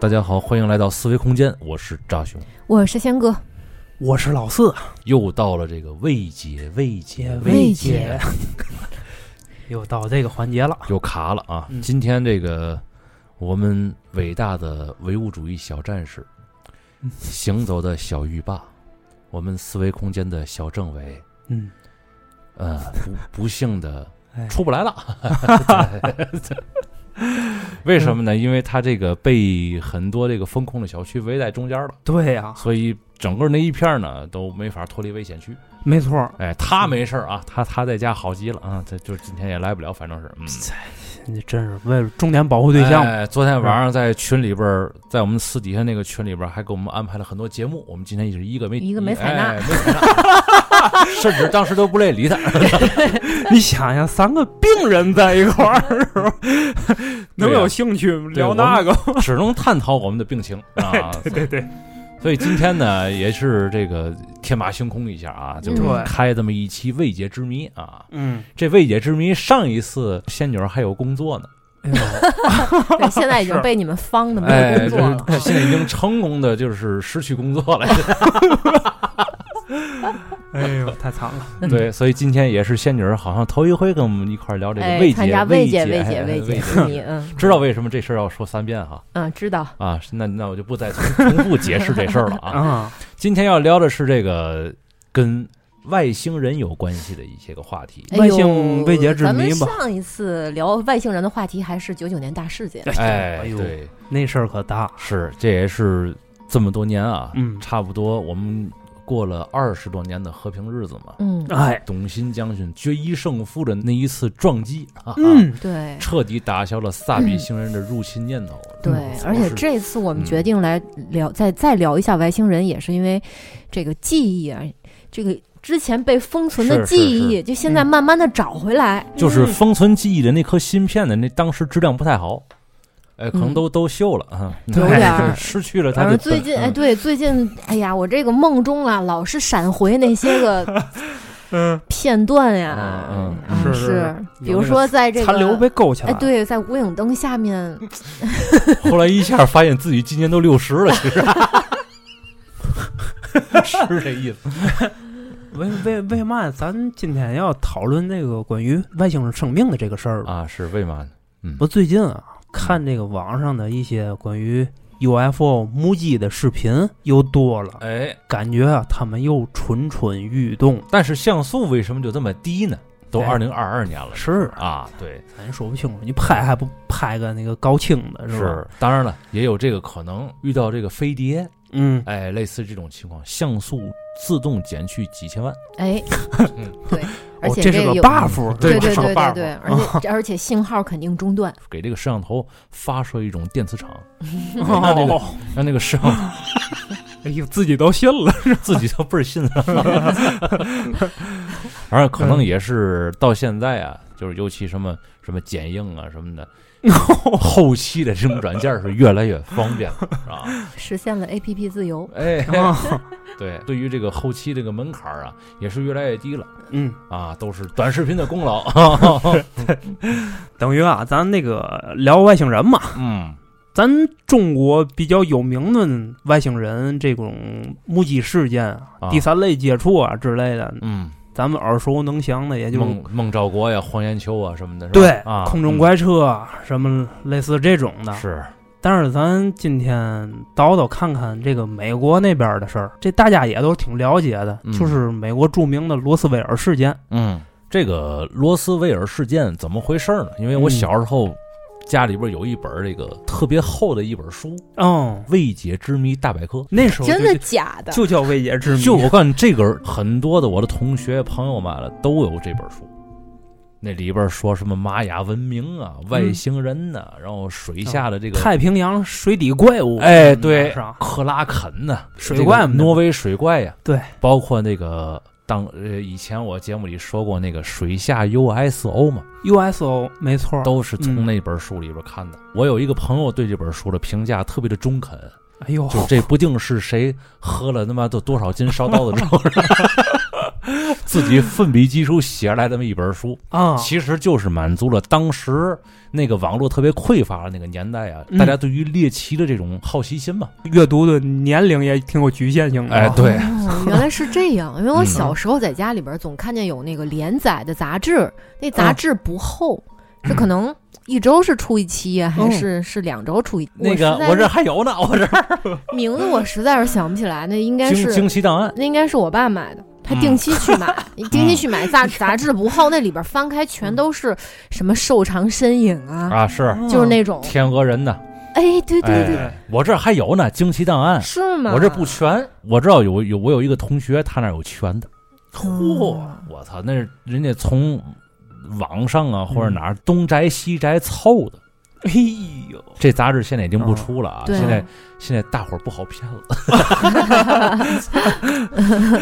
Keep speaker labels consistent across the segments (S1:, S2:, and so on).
S1: 大家好，欢迎来到思维空间，我是扎熊。
S2: 我是仙哥，
S3: 我是老四，啊
S1: 又到了这个未解未
S3: 嗯
S1: 解
S2: 未
S1: 解
S2: 解，
S3: 又到这个环节了。
S1: 又卡了啊！
S3: 嗯
S1: 今天这个我们伟大的唯物主义小战士，
S3: 嗯
S1: 行走的小浴霸，我们思维空间的小政委，
S3: 嗯，
S1: 呃，不不幸的
S3: 哎
S1: 出不来了。 为什么呢？因为他这个被很多这个风控的小区围在中间了，
S3: 对啊呀、
S1: 所以整个那一片儿呢都没法脱离危险区。
S3: 没错儿。
S1: 哎，他没事儿啊，他他在家好极了啊，他就今天也来不了，反正是。嗯，
S3: 你真是为了重点保护对象，
S1: 哎，昨天晚上在群里边儿，在我们私底下那个群里边儿，还给我们安排了很多节目，我们今天一直一个没
S2: 一个没采纳
S1: 哎、没采纳，甚至当时都不乐意理他。
S3: 你想想，三个病人在一块儿，是吧能
S1: 对呀
S3: 有兴趣
S1: 对我
S3: 聊那个？
S1: 只能探讨我们的病情啊。对对对。所以今天呢，也是这个天马行空一下啊，就是
S3: 对
S1: 开这么一期未解之谜啊。
S3: 嗯，
S1: 这未解之谜，上一次仙女儿还有工作呢，
S3: 哎呦，
S2: 对，现在已经被你们方的没有
S1: 哎，
S2: 工作了。
S1: 这现在已经成功的就是失去工作 了。
S3: 哎呦，太惨了。
S1: 对，所以今天也是仙女儿好像头一回跟我们一块儿聊这个
S2: 哎，
S1: 未
S2: 参
S1: 解
S2: 加未
S1: 解
S2: 解
S1: 未
S2: 未解
S1: 未
S2: 未解之谜，嗯
S1: 知道为什么这事儿要说三遍哈
S2: 嗯，知道，
S1: 啊？是那那我就不再重重复解释这事儿了 啊。
S3: 啊，
S1: 今天要聊的是这个跟外星人有关系的一些个话题。
S2: 哎
S3: 外
S2: 呦
S3: 星未解之谜吧
S2: 咱们上一次聊外星人的话题还是九九年大事件，
S1: 哎，
S3: 哎呦，
S1: 对，
S3: 那事儿可大。
S1: 是这也是这么多年啊，
S3: 嗯
S1: 差不多我们过了二十多年的和平日子嘛。
S2: 嗯，
S3: 哎，
S1: 董新将军决一胜负的那一次撞击，哈哈，
S3: 嗯，
S2: 对
S1: 彻底打消了萨比星人的入侵念头。
S2: 对
S1: 嗯，
S2: 而且这次我们决定来聊，再再聊一下外星人，也是因为这个记忆啊，这个之前被封存的
S1: 是是
S2: 记忆，就现在慢慢的找回来，
S1: 就是封存记忆的那颗芯片的那当时质量不太好，哎，可能都都锈了啊，
S2: 嗯有点儿
S1: 就是 失去了它
S2: 反
S1: 的
S2: 正
S1: 本。
S2: 最近，哎，
S1: 嗯
S2: 对，最近，哎呀，我这个梦中啊，老是闪回那些个
S3: 嗯，
S2: 片段呀，
S1: 嗯
S2: 啊
S3: 嗯是是
S2: 是，
S3: 有
S2: 比如
S3: 那个
S2: 说在这个
S3: 残留被勾起来
S2: 哎，
S3: 了。
S2: 对，在无影灯下面，
S1: 后来一下发现自己今年都六十了，其 实是这意思。
S3: 为为为嘛咱今天要讨论这个关于外星人生命的这个事儿吧？
S1: 啊，是为嘛呢？
S3: 我最近啊，看这个网上的一些关于 UFO 目击的视频又多了，
S1: 哎，
S3: 感觉啊，他们又蠢蠢欲动。
S1: 但是像素为什么就这么低呢？都
S3: 哎
S1: 二零二二年了
S3: 是，
S1: 啊，对，
S3: 咱说不清楚，你拍还不拍个那个高清的吧？
S1: 是，当然了，也有这个可能遇到这个飞碟，
S3: 嗯，
S1: 哎，类似这种情况，像素自动减去几千万。
S2: 哎
S1: 嗯，
S2: 对，而
S3: 哦
S2: 且
S3: 这是
S2: 个
S3: 个
S2: 有。
S3: buff，
S2: 对
S3: 这
S2: 对
S3: 是
S2: 对
S3: 个
S2: 对对，
S3: buff，
S2: 而且而且信号肯定中断，
S1: 给这个摄像头发射一种电磁场，那这个
S3: 哦，
S1: 让那个摄像
S3: 哎呦，自己都信了，
S1: 头自己都倍儿信了。 反正可能也是到现在啊，就是尤其什么什么剪映啊什么的，后期的这种软件是越来越方便了，是吧？
S2: 实现了 A P P 自由。
S1: 哎，
S3: 哦
S1: 对，对于这个后期这个门槛儿啊，也是越来越低了
S3: 嗯，
S1: 啊，都是短视频的功劳。
S3: 等于啊，咱那个聊外星人嘛，
S1: 嗯，
S3: 咱中国比较有名的外星人这种目击事件啊、
S1: 啊
S3: 第三类接触啊之类的，
S1: 嗯，
S3: 咱们耳熟能详的也就
S1: 孟孟兆国呀、黄延秋啊什么的，是吧
S3: 对、
S1: 嗯啊，
S3: 空中啊
S1: 嗯
S3: 怪车啊，什么类似这种的。
S1: 是
S3: 但是咱今天叨叨看看这个美国那边的事儿，这大家也都挺了解的，
S1: 嗯
S3: 就是美国著名的罗斯威尔事件。
S1: 嗯，这个罗斯威尔事件怎么回事呢？因为我
S3: 嗯
S1: 小时候家里边有一本这个特别厚的一本书《
S3: 嗯，
S1: 未解之谜大百科》。
S3: 那时候就
S2: 真的假的？
S3: 就叫未解之谜，
S1: 就我告诉你，这个很多的我的同学朋友们了都有这本书。那里边说什么玛雅文明啊、
S3: 嗯
S1: 外星人呐、然后水下的这个，
S3: 太平洋水底怪物。
S1: 哎，对
S3: 是吧，？
S1: 克拉肯呐、
S3: 水怪
S1: 这
S3: 嘛
S1: 个挪威水怪呀、
S3: 对，
S1: 包括那个当呃以前我节目里说过那个水下 USO 嘛，
S3: 嗯 USO 没错儿，
S1: 都是从
S3: 嗯
S1: 那本书里边看的。我有一个朋友对这本书的评价特别的中肯，
S3: 哎呦，
S1: 就是这不定是谁喝了他妈都多少斤烧刀子之后，自己奋笔疾书写出来这么一本书，
S3: 啊，
S1: 其实就是满足了当时那个网络特别匮乏的那个年代啊，
S3: 嗯
S1: 大家对于猎奇的这种好奇心嘛。
S3: 阅读的年龄也挺有局限性的。
S1: 哎，， 对，
S2: 哦，原来是这样。因为我
S1: 嗯
S2: 小时候在家里边总看见有那个连载的杂志，那杂
S3: 嗯
S2: 志不厚，是可能一周是出一期呀，还
S3: 嗯
S2: 是是两周出一？
S1: 那个
S2: 实在
S1: 我
S2: 是
S1: 这还有呢， 我这
S2: 名字我实在是想不起来，那应该
S1: 惊
S2: 是
S1: 惊奇档案，
S2: 那应该是我爸买的。他
S1: 嗯
S2: 定期去买， 定期去买杂杂志不厚，那里边翻开全都是什么瘦长身影啊，
S1: 啊，是
S2: 就是那种，
S1: 天鹅人呢，
S2: 哎，对对对，
S1: 哎，我这还有呢，惊奇档案，
S2: 是吗？
S1: 我这不全，我知道有有我有一个同学，他那儿有全的，
S2: 哦
S1: 嚯、我操，那是人家从网上啊或者
S2: 嗯
S1: 哪儿东摘西摘凑的。
S3: 哎呦，
S1: 这杂志现在已经不出了啊，
S2: 哦对
S1: 现在现在大伙儿不好骗 了。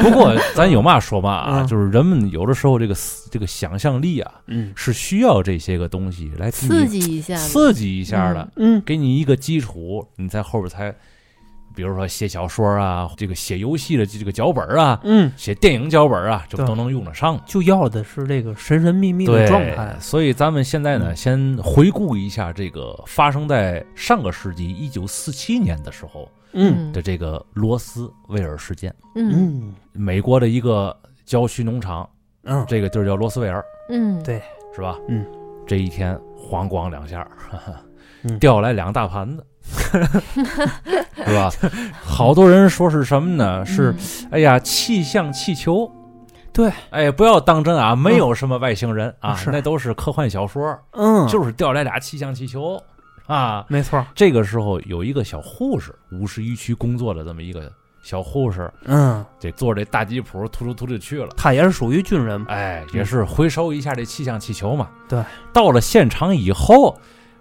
S1: 不过咱有嘛说嘛啊，
S3: 嗯
S1: 就是人们有的时候这个思这个想象力啊，
S3: 嗯
S1: 是需要这些个东西来给
S2: 刺
S1: 你
S2: 激一下子，
S1: 刺激一下的，
S3: 嗯
S1: 给你一个基础，你在后边才，比如说写小说啊，这个写游戏的这个脚本啊，
S3: 嗯，
S1: 写电影脚本啊，就
S3: 对
S1: 都能用得上。
S3: 就要的是这个神神秘秘的
S1: 对
S3: 状态，。
S1: 所以咱们现在呢，
S3: 嗯
S1: 先回顾一下这个发生在上个世纪一九四七年的时候
S3: 嗯
S1: 的这个罗斯威尔事件。
S2: 嗯
S3: 嗯
S1: 美国的一个郊区农场，
S3: 嗯，
S1: 这个地儿叫罗斯威尔，
S2: 嗯，
S3: 对
S1: 是吧？
S3: 嗯，
S1: 这一天咣咣两下，哈哈
S3: 嗯
S1: 掉下来两大盘子， 是 吧？好多人说是什么呢？是
S2: 嗯
S1: 哎呀，气象气球。
S3: 对，嗯
S1: 哎，不要当真啊，没有什么外星人、啊，
S3: 是
S1: 那都是科幻小说，
S3: 嗯，
S1: 就是掉下来俩气象气球啊。
S3: 没错儿，
S1: 这个时候有一个小护士，五十一区工作的这么一个小护士，
S3: 嗯，
S1: 这坐着这大吉普突突突就去了。
S3: 他也是属于军人嘛，
S1: 哎，也是回收一下这气象气球嘛。
S3: 对，
S1: 到了现场以后，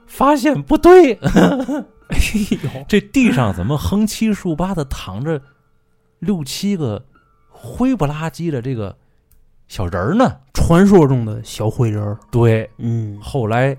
S1: 发现不对，
S3: 哎呦，
S1: 这地上怎么横七竖八的躺着六七个灰不拉几的这个小人儿呢？
S3: 传说中的小灰人儿，
S1: 对，
S3: 嗯
S1: 后来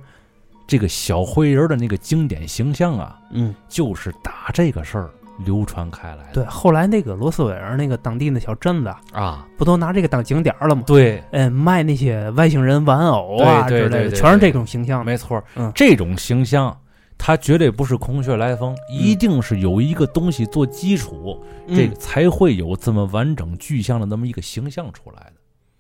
S1: 这个小灰人儿的那个经典形象啊，
S3: 嗯，
S1: 就是打这个事儿流传开来的。
S3: 对，后来那个罗斯韦尔那个当地那小镇子啊，
S1: 对啊，
S3: 不都拿这个当景点儿了吗？
S1: 对，
S3: 哎，卖那些外星人玩偶啊
S1: 对对
S3: 之类
S1: 对
S3: 的，
S1: 对
S3: 全是这种形象的。
S1: 没错儿，
S3: 嗯
S1: 这种形象。它绝对不是空穴来风，一定是有一个东西做基础，这
S3: 嗯
S1: 个才会有这么完整具象的那么一个形象出来的。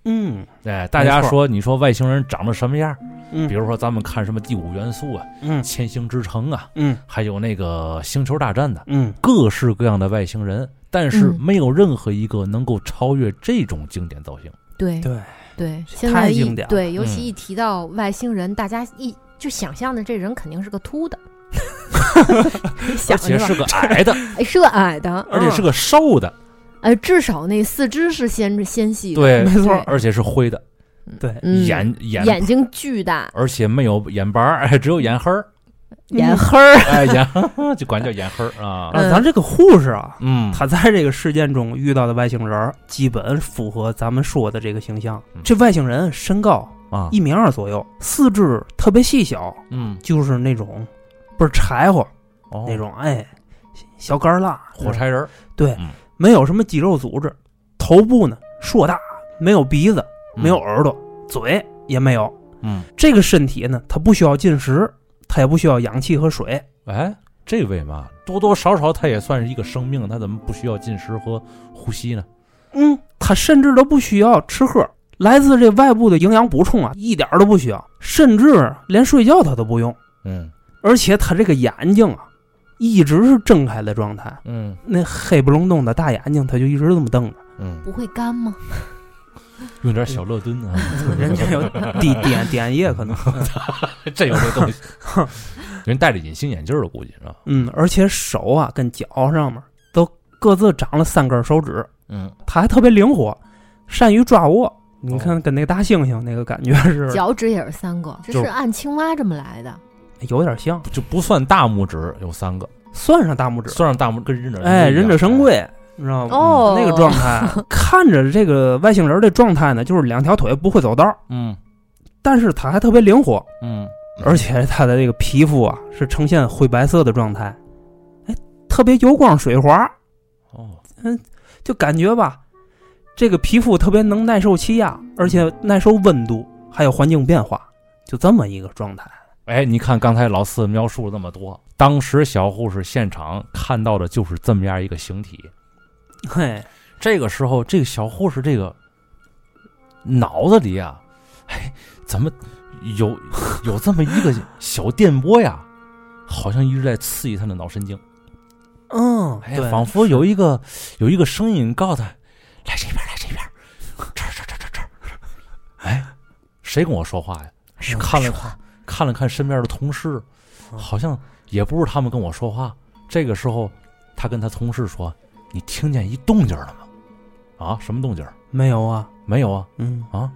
S3: 嗯，
S1: 哎，大家
S3: 没错
S1: 说，你说外星人长得什么样？
S3: 嗯
S1: 比如说咱们看什么《第五元素》啊，
S3: 嗯
S1: 《千星之城》啊，
S3: 嗯
S1: 还有那个《星球大战》的，
S3: 嗯
S1: 各式各样的外星人，但是
S2: 嗯
S1: 没有任何一个能够超越这种经典造型。
S2: 对
S3: 对，
S2: 对，现在
S3: 太
S2: 一
S3: 经典了
S2: 对，尤
S1: 嗯
S2: 其一提到外星人，大家一就想象的这人肯定是个秃 的，
S1: 而
S2: 想
S1: 且
S2: 着吧
S1: 是
S3: 啊
S1: 个矮 的，
S2: 哎是个矮的，
S1: 而且
S3: 嗯
S1: 是个瘦的，
S2: 哎至少那四肢是纤纤细的，
S1: 对，
S3: 没错儿
S1: 而且是灰的，
S3: 对，
S2: 嗯，
S1: 眼眼
S2: 眼睛巨大，
S1: 而且没有眼白儿， 哎，只有眼黑儿，
S2: 眼黑儿，
S1: 哎，眼 就管叫眼黑儿啊。
S3: 啊，咱这个护士啊，
S1: 嗯，
S3: 他在这个事件中遇到的外星人儿，基本符合咱们说的这个形象
S1: 嗯。
S3: 这外星人身高
S1: 啊，
S3: 一米二左右，四肢特别细小，
S1: 嗯，
S3: 就是那种倍儿柴火
S1: 哦
S3: 那种，哎，小杆儿辣，
S1: 火柴人儿，
S3: 没有什么肌肉组织，头部呢硕大，没有鼻子，
S1: 嗯
S3: 没有，耳朵，嘴也没有。
S1: 嗯，
S3: 这个身体呢，它不需要进食，它也不需要氧气和水。
S1: 哎，这位嘛，多多少少他也算是一个生命，他怎么不需要进食和呼吸呢？
S3: 嗯，它甚至都不需要吃喝，来自这外部的营养补充啊，一点儿都不需要，甚至连睡觉它都不用。
S1: 嗯
S3: 而且它这个眼睛啊，一直是睁开的状态，
S1: 嗯
S3: 那黑不隆咚的大眼睛，它就一直这么瞪着。
S1: 嗯，
S2: 不会干吗？
S1: 用点小乐敦啊，
S3: 人家有点点点液可能，
S1: 这有这东西，人戴着隐形眼镜儿了，估计 是吧？
S3: 嗯，而且手啊跟脚上面都各自长了三根手指，
S1: 嗯，
S3: 它还特别灵活，善于抓握。你
S1: 哦
S3: 看，跟那个大猩猩那个感觉是
S2: 脚趾也是三个，这
S1: 就是
S2: 是按青蛙这么来的，
S3: 有点像，
S1: 就不算大拇指有三个，
S3: 算上大拇指，
S1: 算上大拇指跟忍者神龟啊一样
S3: 哎，忍者神，龟，你知道吗？
S2: 哦，
S3: 嗯那个状态，看着这个外星人的状态呢，就是两条腿不会走道，
S1: 嗯
S3: 但是它还特别灵活，
S1: 嗯，
S3: 而且它的这个皮肤啊是呈现灰白色的状态，哎，特别油光水滑，
S1: 哦，
S3: 就感觉吧，这个皮肤特别能耐受气压，而且耐受温度，还有环境变化，就这么一个状态。
S1: 哎，你看刚才老四描述了那么多，当时小护士现场看到的就是这么样一个形体。
S3: 嘿，
S1: 这个时候，这个小护士这个脑子里啊，哎，怎么有有这么一个小电波呀？好像一直在刺激他的脑神经，
S3: 嗯，
S1: 哎
S3: 对，，
S1: 仿佛有一个有一个声音告诉他：“来这边，来这边，这儿这儿这儿这儿这儿。”哎，谁跟我说话呀？
S2: 是
S1: 看了
S2: 我
S3: 啊
S2: 说
S1: 看了看身边的同事，
S3: 嗯
S1: 好像也不是他们跟我说话。这个时候，他跟他同事说：“你听见一动静了吗？啊，什么动静？
S3: 没有啊，
S1: 没有啊，
S3: 嗯
S1: 啊，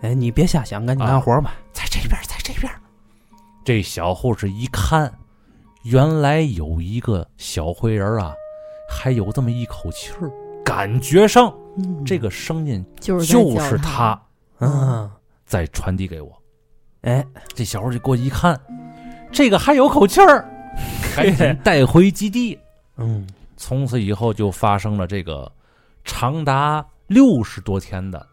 S3: 哎，你别瞎想，赶紧干活吧。
S1: 在这边，在这边。”这小护士一看，原来有一个小灰人儿啊，还有这么一口气儿，感觉上
S3: 嗯
S1: 这，个声音
S2: 就是在
S1: 就
S2: 叫
S1: 是他
S3: 嗯，
S1: 在传递给我。
S3: 哎，
S1: 这小伙儿就过去一看，这个还有口气 儿，赶紧带回基地。
S3: 嗯，
S1: 从此以后就发生了这个长达六十多天的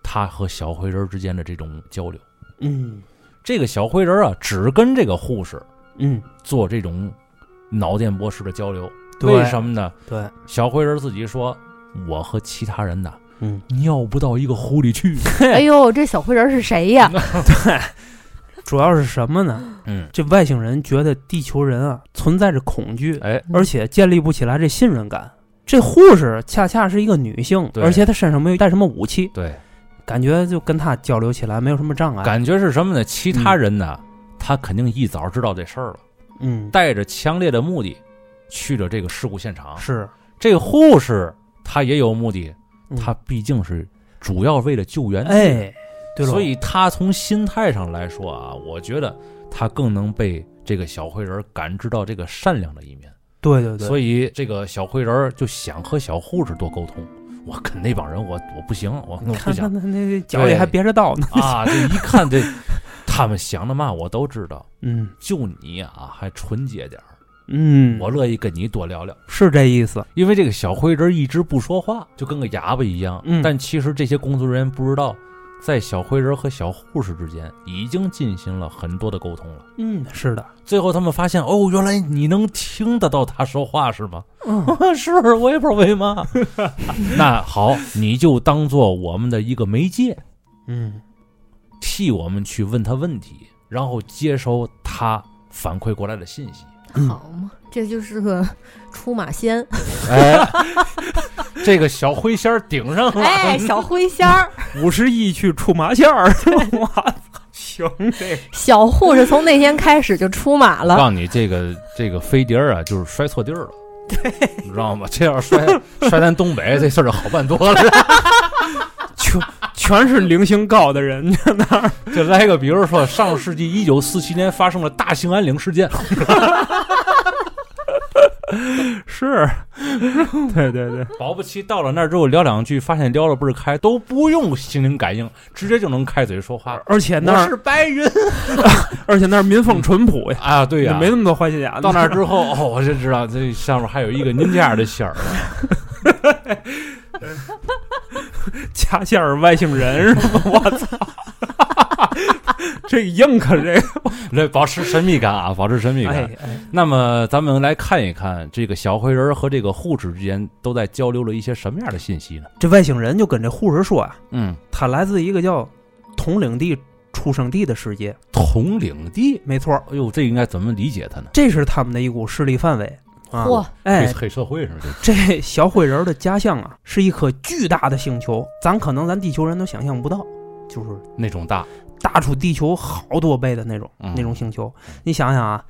S1: 他和小灰人之间的这种交流。
S3: 嗯，
S1: 这个小灰人啊，只跟这个护士
S3: 嗯，
S1: 做这种脑电波式的交流。
S3: 对
S1: 为什么呢？
S3: 对，
S1: 小灰人自己说：“我和其他人呐，
S3: 嗯，
S1: 尿不到一个壶里去。
S2: 哎呦，这小灰人是谁呀？
S3: 主要是什么呢？”
S1: 嗯，
S3: 这外星人觉得地球人啊存在着恐惧，
S1: 哎，
S2: 嗯
S3: 而且建立不起来这信任感。这护士恰恰是一个女性，
S1: 对
S3: 而且她身上没有带什么武器，
S1: 对，
S3: 感觉就跟她交流起来没有什么障碍。
S1: 感觉是什么呢？其他人呢，他肯定一早知道这事儿了。
S3: 嗯，
S1: 带着强烈的目的去了这个事故现场。
S3: 是
S1: 这个护士她也有目的，
S3: 嗯
S1: 她毕竟是主要为了救援，，
S3: 哎，对了，
S1: 所以她从心态上来说啊，我觉得她更能被这个小灰人感知到这个善良的一面，
S3: 对对对，
S1: 所以这个小灰人就想和小护士多沟通。我跟那帮人，我我不行，我我不
S3: 看他
S1: 想
S3: 那那脚里还别着刀呢。
S1: 啊！这一看这，他们想的嘛，我都知道。
S3: 嗯
S1: 就你啊，还纯洁点儿，
S3: 嗯，
S1: 我乐意跟你多聊聊。
S3: 是这意思。
S1: 因为这个小灰人一直不说话，就跟个哑巴一样。
S3: 嗯
S1: 但其实这些工作人员不知道，在小灰人和小护士之间已经进行了很多的沟通了。
S3: 嗯，是的。
S1: 最后他们发现，哦，原来你能听得到他说话是吗？
S3: 嗯
S1: 是，我也不知道为嘛。 那好，你就当做我们的一个媒介，
S3: 嗯
S1: 替我们去问他问题，然后接收他反馈过来的信息。
S2: 好嘛，这就是个出马仙，
S1: 哎， 这个小灰仙儿顶上了。
S2: 哎，小灰仙儿，
S3: 五十亿去出马仙儿，嗯 我操， 行这
S2: 小护士从那天开始就出马
S1: 我
S2: 了。
S1: 告诉你，这个这个飞碟儿啊，就是摔错地儿了，对，你知道吗？这要是摔 摔咱东北，这事儿就好办多了。
S3: 全全是零星高的人，
S1: 就来个，比如说上世纪一九四七年发生了大兴安岭事件，
S3: 是， 对对对，
S1: 保不齐到了那儿之后聊两句，发现聊了倍儿开，都不用心灵感应，直接就能开嘴说话。
S3: 而且那
S1: 啊我
S3: 儿，
S1: 是白 人
S3: 而且那儿民风淳朴呀，
S1: 啊，对呀、
S3: 没那么多坏心眼子。
S1: 到那儿之后，哦，我就知道这上面还有一个您这样的仙儿。
S3: 掐线儿外星人是吧？ 我操， 这硬可这个，
S1: 来保持神秘感啊，保持神秘感。
S3: 哎哎，
S1: 那么咱们来看一看这个小灰人和这个护士之间都在交流了一些什么样的信息呢？
S3: 这外星人就跟这护士说啊，
S1: 嗯，
S3: 他来自一个叫统领地出生地的世界，
S1: 统领地，
S3: 没错，
S1: 哎呦，这应该怎么理解它呢？
S3: 这是他们的一股势力范围。啊，
S2: 嚯，
S1: 黑
S3: 哎，
S1: 黑社会是吗？
S3: 这小灰人的家乡啊，是一颗巨大的星球，咱可能咱地球人都想象不到，就是
S1: 那种大，
S3: 大出地球好多倍的那种
S1: 嗯
S3: 那种星球。你想想啊，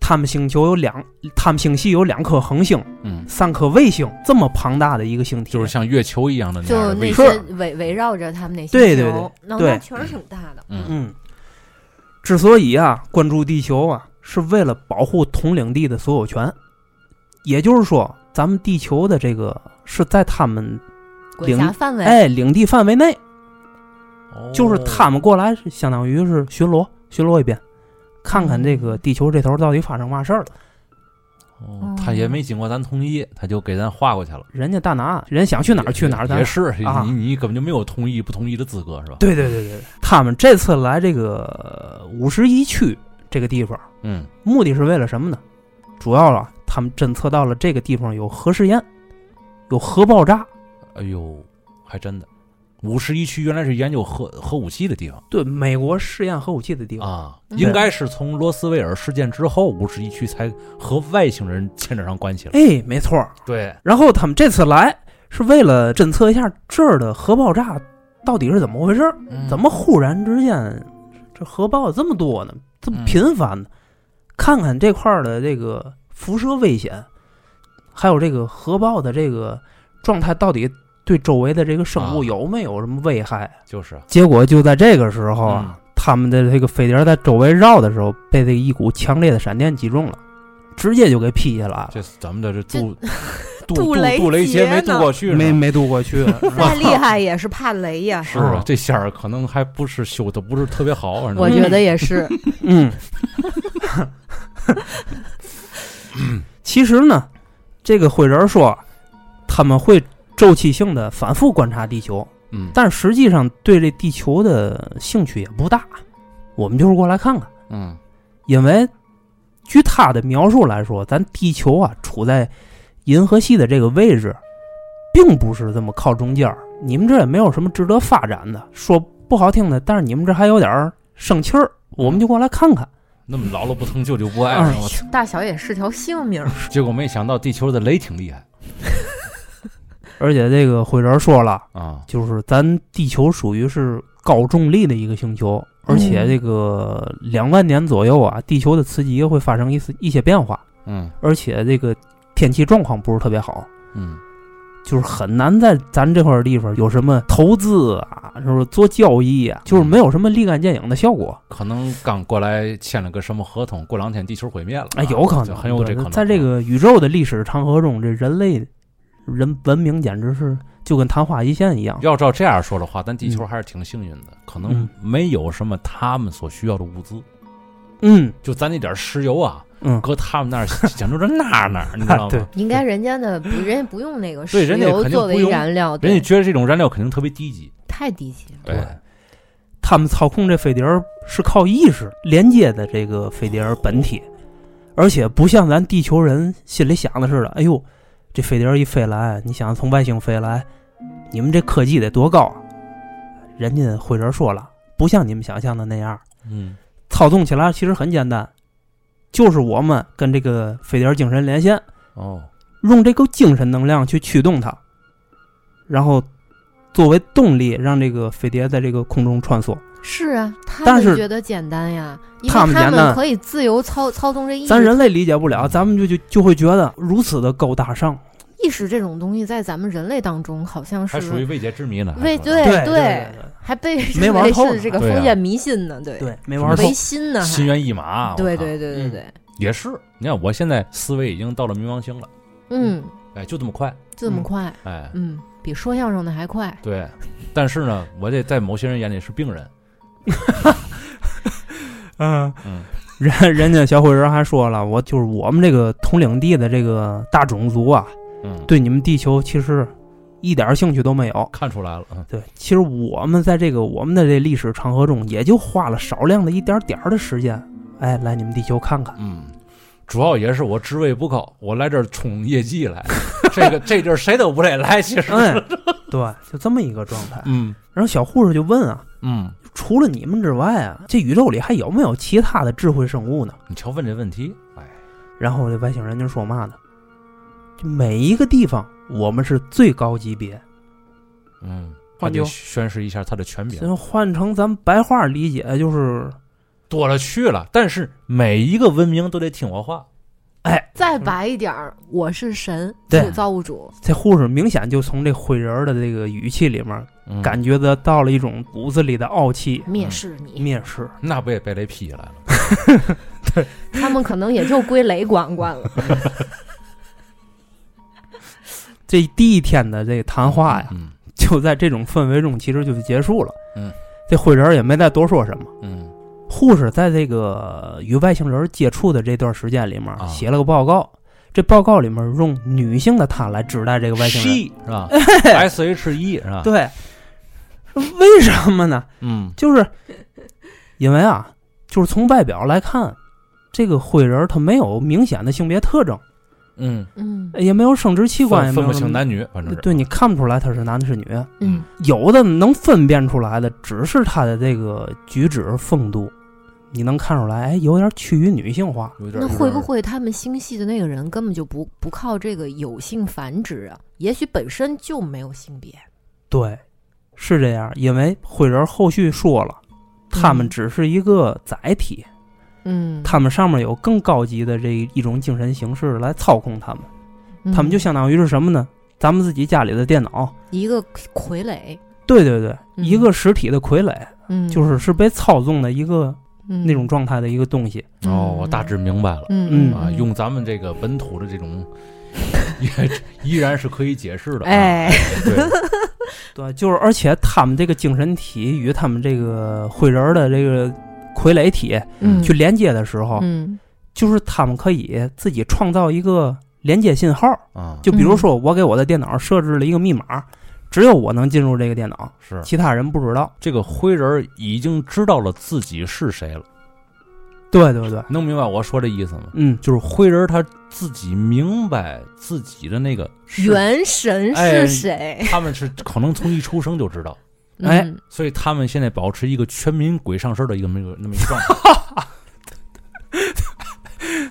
S3: 他们星球有两，他们星系有两颗恒星，
S1: 嗯，
S3: 三颗卫星，这么庞大的一个星体，
S1: 就是像月球一样的那样
S2: 就
S1: 的
S2: 那
S1: 卫
S2: 些
S1: 星。
S2: 围围绕着他们那些
S3: 对对
S2: 球，那
S3: 对
S2: 那确实挺大的。
S1: 嗯，
S3: 嗯。之所以啊关注地球啊，是为了保护统领地的所有权，也就是说，咱们地球的这个是在他们
S2: 管辖范围，
S3: 哎领地范围内，
S1: 哦
S3: 就是他们过来是相当于是
S1: 嗯
S3: 巡逻巡逻一遍，看看这个地球这头到底发生嘛事儿了。
S1: 哦，他也没经过咱同意，他就给咱划过去了。
S3: 人家大拿，人想去哪儿去哪儿，咱
S1: 也是
S3: 啊
S1: 你你根本就没有同意不同意的资格是吧？
S3: 对对对对，对他们这次来这个呃五十一区这个地方，
S1: 嗯
S3: 目的是为了什么呢？主要啊，他们侦测到了这个地方有核试验，有核爆炸。
S1: 哎呦，还真的，五十一区原来是研究核核武器的地方
S3: 对，美国试验核武器的地方，
S1: 啊，
S2: 嗯
S1: 应该是从罗斯威尔事件之后，五十一区才和外星人牵扯上关系了。
S3: 哎，没错儿。
S1: 对，
S3: 然后他们这次来是为了侦测一下这儿的核爆炸到底是怎么回事儿，
S1: 嗯
S3: 怎么忽然之间这核爆这么多呢？这么频繁呢？看看这块儿的这个辐射危险，还有这个核爆的这个状态到底对周围的这个生物
S1: 啊
S3: 有没有什么危害？
S1: 就是嗯
S3: 结果就在这个时候
S1: 哦
S3: 啊，他们的这个飞碟在周围绕的时候，被这一股强烈的闪电击中了，直接就给劈下来了，
S1: 这咱们的这 杜杜
S2: 杜
S1: 杜
S2: 雷
S1: 杜雷
S2: 劫
S1: 没
S2: 呢
S1: 渡过去，
S3: 没。没渡过去。
S2: 再厉害也是怕雷呀。
S1: 是啊，这线儿可能还不是修的不是特别好，反正
S2: 我觉得也是，
S3: 嗯， 其实呢，这个灰人儿说他们会周期性的反复观察地球，
S1: 嗯
S3: 但实际上对这地球的兴趣也不大。我们就是过来看看，
S1: 嗯
S3: 因为据他的描述来说，咱地球啊处在银河系的这个位置，并不是这么靠中间儿。你们这也没有什么值得发展的，说不好听的，但是你们这还有点儿生气儿，我们就过来看看。
S1: 那么老了不疼，舅舅不爱
S3: 哎
S1: 了。我操
S2: 大小也是条性命。
S1: 结果没想到地球的雷挺厉害
S3: 而且这个灰人说了，
S1: 啊，
S3: 就是咱地球属于是高重力的一个星球，而且这个两万年左右啊，地球的磁极会发生一丝一些变化，
S1: 嗯
S3: 而且这个天气状况不是特别好，
S1: 嗯
S3: 就是很难在咱这块地方有什么投资啊，就是做交易啊，就是没有什么立竿见影的效果。
S1: 可能刚过来签了个什么合同，过两天地球毁灭了，
S3: 哎，有可
S1: 啊就
S3: 能，
S1: 很有这
S3: 对
S1: 可能。啊嗯
S3: 在这个宇宙的历史长河中，这人类人文明简直是就跟昙花一现一样。
S1: 要照这样说的话，咱地球还是挺幸运的，可能
S3: 嗯
S1: 没有什么他们所需要的物资，
S3: 嗯
S1: 就咱那点儿石油啊，
S3: 嗯，
S1: 搁他们那儿 简直是哪儿哪儿，你知道
S3: 对
S1: 吗？
S2: 应该人家 的不，人家不用那个
S1: 对
S2: 石
S1: 人家
S2: 油
S1: 肯定
S2: 作
S1: 不
S2: 为
S1: 用
S2: 燃料，
S1: 人家
S2: 对，
S1: 觉得这种燃料肯定特别低级，
S2: 太低级了。
S3: 对他们操控这飞碟儿是靠意识连接的这个飞碟儿本体，而且不像咱地球人心里想的似的，哎呦，这飞碟儿一飞来，你想从外星飞来，你们这科技得多高啊！人家灰人说了，不像你们想象的那样，
S1: 嗯
S3: 操纵起来其实很简单，就是我们跟这个飞碟儿精神连线，
S1: 哦，
S3: 用这个精神能量去驱动它，然后作为动力让这个飞碟在这个空中穿梭。
S2: 是啊，他
S3: 但是
S2: 们觉得简单呀，因为
S3: 他们
S2: 他
S3: 简
S2: 们
S3: 单
S2: 可以自由操操纵这意
S3: 咱
S2: 识。
S3: 人类理解不了，咱们就就就会觉得如此的高大上。
S2: 意识这种东西在咱们人类当中好像
S1: 还
S2: 是
S1: 属于未解之谜呢。
S2: 为
S1: 还
S2: 对
S3: 对
S2: 还被
S3: 没
S2: 认
S3: 玩
S2: 为
S3: 透呢
S2: 是这个
S1: 对啊
S2: 封建迷信呢，对
S3: 对，对，没玩透
S2: 唯。心呢，
S1: 心
S2: 还
S1: 猿意马，啊我
S2: 嗯对
S1: 靠
S2: 对对对
S3: 嗯
S2: 对，
S1: 也是。你看我现在思维已经到了冥王星了，
S2: 嗯，
S1: 哎，就这么快，
S2: 就这么
S3: 嗯
S2: 快，
S1: 哎，
S2: 嗯，比说相声的还快。
S1: 对。但是呢，我这在某些人眼里是病人，
S3: 嗯，
S1: 嗯
S3: 人人家小伙人还说了，我就是我们这个统领地的这个大种族啊，
S1: 嗯，
S3: 对你们地球其实一点兴趣都没有。
S1: 看出来了，嗯
S3: 对，其实我们在这个我们的这历史长河中，也就花了少量的一点点儿的时间，哎，来你们地球看 看。
S1: 嗯，主要也是我职位不高，我来这儿冲业绩来，这个这地儿谁都不得来，其实，
S3: 哎，对，就这么一个状态。
S1: 嗯
S3: 然后小护士就问啊，
S1: 嗯，
S3: 除了你们之外啊，这宇宙里还有没有其他的智慧生物呢？
S1: 你瞧问这问题，哎，
S3: 然后这外星人就说嘛呢？就每一个地方，我们是最高级别。
S1: 嗯，他
S3: 换
S1: 得
S3: 就
S1: 宣示一下他的权柄，
S3: 这换成咱白话理解就是，
S1: 多了去了。但是每一个文明都得听我话，
S3: 哎，
S2: 再白一点儿，我是神，
S3: 嗯对
S2: 是造物主，
S3: 这护士明显就从这灰人儿的这个语气里面
S1: 嗯
S3: 感觉得到了一种骨子里的傲气、
S2: 蔑视你。
S3: 蔑视。
S1: 那不也被雷劈下来了？
S2: 他们可能也就归雷管管 了。
S3: 这第一天的这个谈话呀，
S1: 嗯
S3: 就在这种氛围中，其实就结束了。
S1: 嗯，
S3: 这灰人儿也没再多说什么。
S1: 嗯。
S3: 护士在这个与外星人接触的这段时间里面
S1: 啊
S3: 写了个报告，这报告里面用女性的她来指代这个外星人，
S1: ，she 是 吧？S H E 是吧？，
S3: 对，为什么呢？
S1: 嗯
S3: 就是因为啊，就是从外表来看，这个灰人儿他没有明显的性别特征，
S1: 嗯，
S2: 嗯
S3: 也没有生殖器官，也
S1: 分分不
S3: 没有什
S1: 清
S3: 么。
S1: 男女，反正是
S3: 对，你看不出来他是男的是女，
S2: 嗯
S3: 有的能分辨出来的只是他的这个举止风度，你能看出来，哎，有点趋于女性化。
S1: 有点
S2: 那会不？会他们星系的那个人根本就不不靠这个有性繁殖啊？也许本身就没有性别。
S3: 对，是这样，因为灰人后续说了，他们
S2: 嗯
S3: 只是一个载体，
S2: 嗯，
S3: 他们上面有更高级的这一种精神形式来操控他们，他们
S2: 嗯
S3: 就相当于是什么呢？咱们自己家里的电脑，
S2: 一个傀儡，
S3: 对对对，
S2: 嗯
S3: 一个实体的傀儡，
S2: 嗯，
S3: 就是是被操纵的一个
S2: 那
S3: 那种状态的一个东西。
S1: 哦，我大致明白了
S2: 嗯
S3: 嗯
S1: 啊，用咱们这个本土的这 种，也依然是可以解
S3: 啊
S1: 释的。，啊
S2: 哎，
S1: 对，
S3: 对，就是而且他们这个精神体与他们这个灰人儿的这个傀儡体
S2: 嗯
S3: 去啊连接的时候，
S2: 嗯
S3: 就是他们可以自己创造一个连接信号。
S2: 嗯
S1: 啊，
S3: 就比如说，我给我的电脑设置了一个密码，只有我能进入这个电脑，
S1: 是
S3: 其他人不知道。
S1: 这个灰人儿已经知道了自己是谁了，
S3: 对对对，
S1: 能明白我说这意思吗？
S3: 嗯，
S1: 就是灰人儿他自己明白自己的那个是，
S2: 元神是谁？
S1: 他们是可能从一出生就知道，
S3: 哎
S2: 嗯，
S1: 所以他们现在保持一个全民鬼上身的一个那么一个那么一个状态。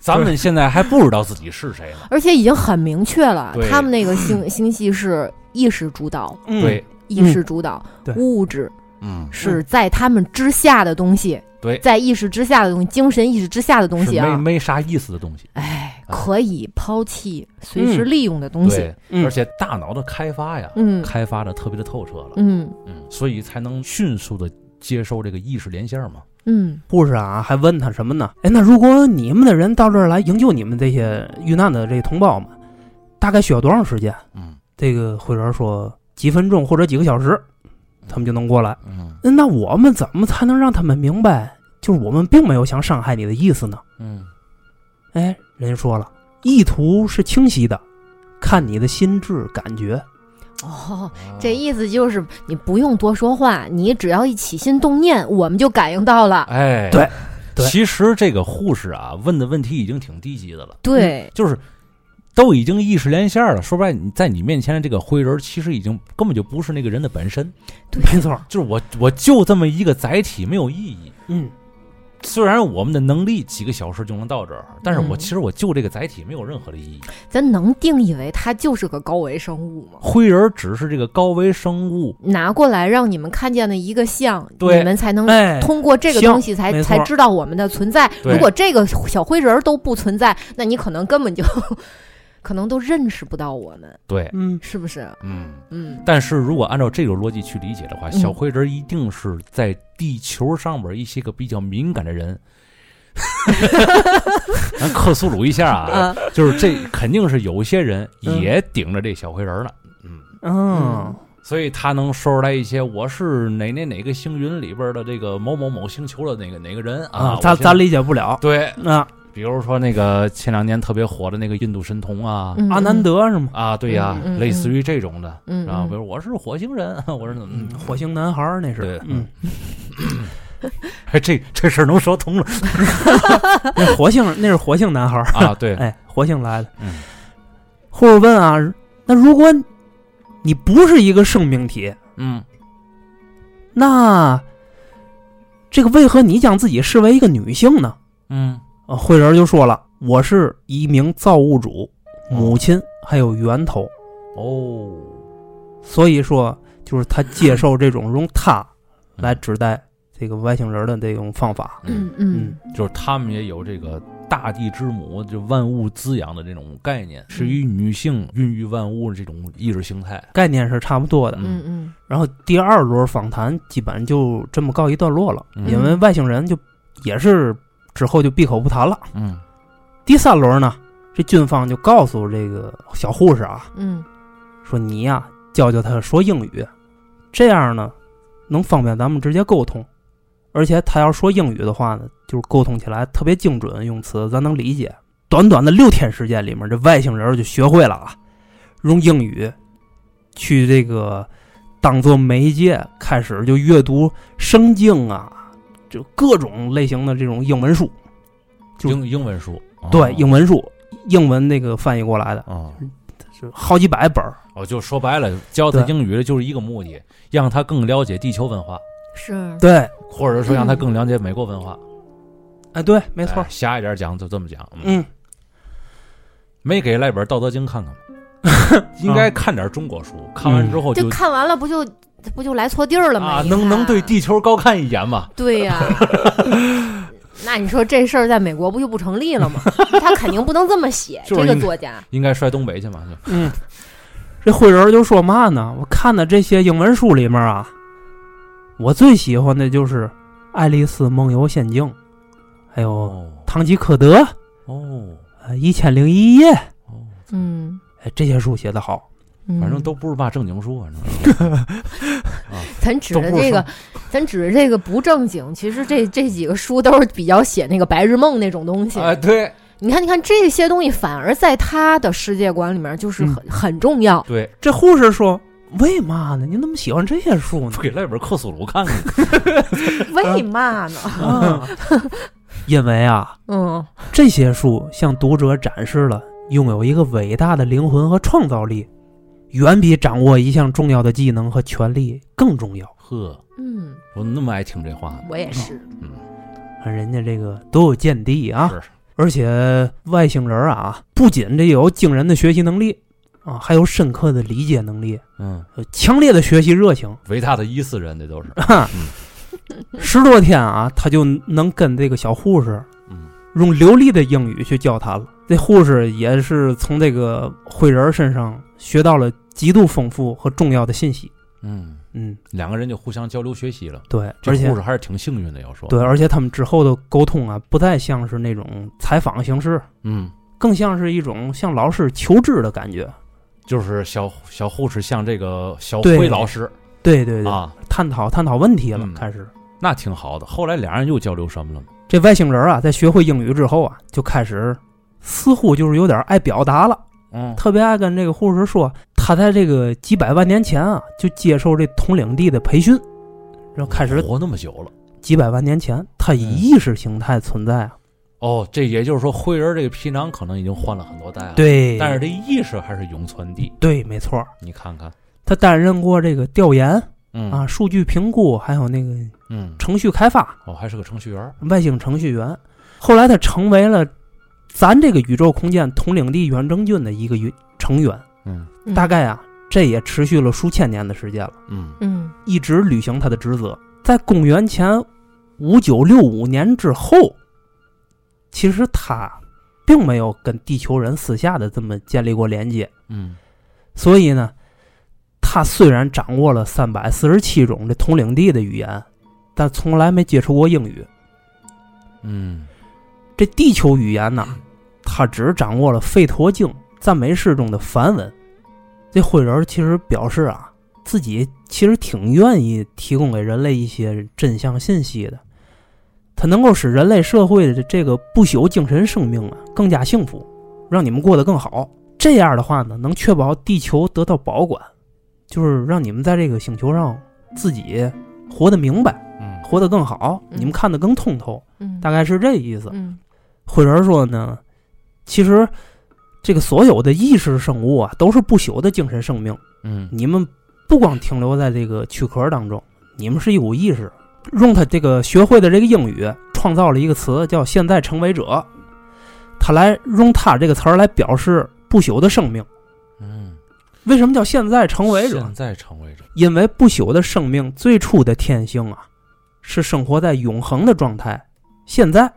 S1: 咱们现在还不知道自己是谁呢，
S2: 而且已经很明确了
S1: 对，
S2: 他们那个星星系是意识主导，
S3: 嗯
S1: 对，，
S2: 意识主导，
S3: 对
S2: 物质
S1: 嗯，
S2: 是在他们之下的东西，
S1: 对
S2: 在意识之下的东西，精神意识之下的东
S1: 是
S2: 西
S1: 没
S2: 啊，
S1: 没啥意思的东西，
S2: 哎，
S1: 啊
S2: 可以抛弃、随时
S3: 嗯
S2: 利用的东西，
S1: 对，
S3: 嗯
S1: 而且大脑的开发呀，
S2: 嗯
S1: 开发的特别的透彻了，
S2: 嗯
S1: 嗯，所以才能迅速的接收这个意识连线嘛，
S2: 嗯
S3: 护士啊还问他什么呢？哎，那如果你们的人到这儿来营救你们这些遇难的这同胞们，大概需要多长时间？
S1: 嗯
S3: 这个会员说几分钟或者几个小时，他们就能过来。
S1: 嗯
S3: 那我们怎么才能让他们明白，就是我们并没有想伤害你的意思呢？
S1: 嗯，
S3: 哎，人家说了，意图是清晰的，看你的心智感觉。
S2: 哦。
S1: 啊
S2: 这意思就是你不用多说话，你只要一起心动念，我们就感应到了。
S3: 嗯
S1: 哎，
S3: 对对
S1: 其实这个护士啊问的问题已经挺低级的了，
S2: 对，
S1: 就是都已经意识连线了。说白了，你在你面前的这个灰人，其实已经根本就不是那个人的本身，
S3: 没错，
S1: 就是我，我就这么一个载体，没有意义。
S3: 嗯，
S1: 虽然我们的能力几个小时就能到这儿，但是我
S2: 嗯
S1: 其实我就这个载体没有任何的意义。
S2: 咱能定义为它就是个高维生物吗？
S1: 灰人只是这个高维生物，
S2: 拿过来让你们看见的一个像，
S1: 对
S2: 你们才能
S3: 哎，
S2: 通过这个
S3: 像
S2: 东西才
S3: 没错
S2: 才知道我们的存在。
S1: 对
S2: 如果这个小灰人儿都不存在，那你可能根本就 可能都认识不到我们，
S1: 对，
S3: 嗯，
S2: 是不是？
S1: 嗯。
S2: 嗯
S1: 但是如果按照这种逻辑去理解的话，
S2: 嗯
S1: 小灰人一定是在地球上边一些个比较敏感的 人。咱克苏鲁一下 啊，
S2: 啊，
S1: 就是这肯定是有些人
S3: 嗯
S1: 也顶着这小灰人呢，嗯，
S3: 嗯，
S1: 所以他能说出来一些我是哪哪哪个星云里边的这个某某某星球的哪个哪个人啊，
S3: 咱
S1: 我现
S3: 咱理解不了。
S1: 对，
S3: 啊，
S1: 比如说那个前两年特别火的那个印度神童啊，
S2: 嗯
S3: 阿南，德是吗？
S1: 啊，对呀，
S2: 嗯嗯嗯
S1: 类似于这种的，
S2: 嗯
S1: 啊，比
S2: 嗯，
S1: 如我是火星人，啊我是怎么
S3: 嗯，火星男孩儿
S1: 对
S3: 那是。嗯，
S1: 哎， 这这事儿能说 通了
S3: 那火星那是火星男孩儿，
S1: 啊？对，
S3: 哎，火星来的。
S1: 嗯，
S3: 护士问啊，那如果你不是一个生命体，
S1: 嗯，
S3: 那这个为何你将自己视为一个女性呢？
S1: 嗯，
S3: 啊，慧人就说了，我是一名造物主、母亲还有源头，
S1: 哦，
S3: 所以说就是他接受这种用 他来指代这个外星人的这种方法。
S1: 嗯，
S2: 嗯嗯
S1: 就是他们也有这个大地之母，就万物滋养的这种概念，是以女性孕育万物的这种意识形态。
S3: 概念是差不多的，
S2: 嗯嗯，
S3: 然后第二轮访谈基本就这么告一段落了，
S1: 嗯
S3: 因为外星人就也是之后就闭口不谈了。
S1: 嗯
S3: 第三轮呢，这军方就告诉这个小护士啊，
S2: 嗯
S3: 说你呀、教教他说英语，这样呢，能方便咱们直接沟通。而且他要说英语的话呢，就是沟通起来特别精准，用词咱能理解。短短的六天时间里面，这外星人就学会了啊，用英语去这个当做媒介，开始就阅读圣经啊，就各种类型的这种英文书，就
S1: 英英文书，哦
S3: 对，英文书，英文那个翻译过来的，
S1: 哦，
S3: 是好几百本儿
S1: 我就说白了，教他
S3: 对
S1: 英语的就是一个目的，让他更了解地球文化，
S2: 是，
S3: 对，
S1: 或者说让他更了解美国文化。
S3: 哎，对，没错
S1: 哎，狭一点讲就这么讲。嗯，
S3: 嗯，
S1: 没给来本《道德经》看看吗？ 应该看点中国书，看完之后嗯
S2: 就
S1: 就
S2: 看完了不就不就来错地儿了吗？
S1: 啊，
S2: 一
S1: 能
S2: 看
S1: 能对地球高看一眼吗？
S2: 对 呀、那你说这事儿在美国不就不成立 了吗？他肯定不能这么写，
S1: 就是
S2: 这个
S1: 应该
S2: 作家
S1: 应该摔东北去嘛？就
S3: 嗯， 这慧仁儿就说嘛呢？我看的这些英文书里面啊，我最喜欢的就是《爱丽丝梦游仙境》，还有《
S1: 哦
S3: 堂吉诃德》
S1: 哦
S3: 呃《一千零一夜》
S1: 哦，
S2: 嗯，
S3: 哎，这些书写的好。
S2: 嗯
S1: 反正都不是嘛正经书，反正
S2: 咱指
S1: 都
S2: 着
S1: 不是
S2: 这个
S1: 说，
S2: 咱指着这个不正经。其实这这几个书都是比较写那个白日梦那种东 西。
S1: 哎，对
S2: 你看，你看这些东西反而在他的世界观里面就是
S1: 嗯
S2: 很、很重要。
S1: 对，
S3: 这护士说：“为嘛呢？你怎么喜欢这些书呢
S1: 不给来本克苏鲁看看。嗯
S2: 为嘛呢？？”
S3: 啊， 因为啊，
S2: 嗯
S3: 这些书向读者展示了拥有一个伟大的灵魂和创造力，远比掌握一项重要的技能和权利更重要。
S1: 呵，
S2: 嗯，
S1: 我那么爱听这话呢，
S2: 我也是。
S1: 嗯，
S3: 啊，人家这个都有见地啊，
S1: 是
S3: 而且外星人啊，不仅这有惊人的学习能力啊，还有深刻的理解能力，
S1: 嗯，
S3: 呃强烈的学习热情。啊
S1: 伟大的伊斯人，这都是，嗯
S3: 十多天啊，他就能跟这个小护士
S1: 嗯，
S3: 用流利的英语去交谈了。这护士也是从这个灰人身上学到了极度丰富和重要的信息。
S1: 嗯，
S3: 嗯，
S1: 两个人就互相交流学习了。
S3: 对，
S1: 这
S3: 而且
S1: 护士还是挺幸运的，要说
S3: 对，，而且他们之后的沟通啊，不再像是那种采访形式，
S1: 嗯，
S3: 更像是一种向老师求知的感觉。
S1: 就是小小护士像这个小
S3: 对
S1: 辉老师
S3: 对对对，
S1: 啊，
S3: 探讨探讨问题了
S1: 嗯。
S3: 开始，
S1: 那挺好的。后来俩人又交流什么了吗？
S3: 这外星人啊，在学会英语之后啊，就开始似乎就是有点爱表达了，
S1: 嗯，
S3: 特别爱跟这个护士说，他在这个几百万年前啊，就接受这统领地的培训，然后开始
S1: 活那么久了。
S3: 几百万年前，他以意识形态存在啊。
S1: 哦，这也就是说，灰人这个皮囊可能已经换了很多代了，，
S3: 对，
S1: 但是这意识还是永存地。
S3: 对，没错，
S1: 你看看，
S3: 他担任过这个调研
S1: 嗯
S3: 啊、数据评估，还有那个
S1: 嗯，
S3: 程序开发、
S1: 哦，还是个程序员。
S3: 外星程序员。后来他成为了咱这个宇宙空间统领地远征军的一个一成员。
S1: 嗯
S2: 嗯
S3: 大概啊，这也持续了数千年的时间了，
S1: 嗯，
S2: 嗯
S3: 一直履行他的职责。在公元前五九六五年之后，其实他并没有跟地球人私下的这么建立过连接，
S1: 嗯
S3: 所以呢，他虽然掌握了三百四十七种这统领地的语言，但从来没接触过英语。
S1: 嗯，
S3: 这地球语言呢，他只掌握了吠陀经、赞美诗中的梵文。这灰人儿其实表示啊，自己其实挺愿意提供给人类一些真相信息的，它能够使人类社会的这个不朽精神生命啊更加幸福，让你们过得更好。这样的话呢，能确保地球得到保管，就是让你们在这个星球上自己活得明白，
S1: 嗯
S3: 活得更好，
S2: 嗯
S3: 你们看得更通透，
S2: 嗯，
S3: 大概是这意思。
S2: 嗯
S3: 慧仁说呢，其实这个所有的意识生物啊，都是不朽的精神生命。
S1: 嗯
S3: 你们不光停留在这个躯壳当中，你们是一股意识。用他这个学会的这个英语，创造了一个词叫“现在成为者”，他来用他这个词儿来表示不朽的生命。
S1: 嗯，
S3: 为什么叫现在成为者
S1: 现？在成为者。
S3: 因为不朽的生命最初的天性啊，是生活在永恒的状态。现在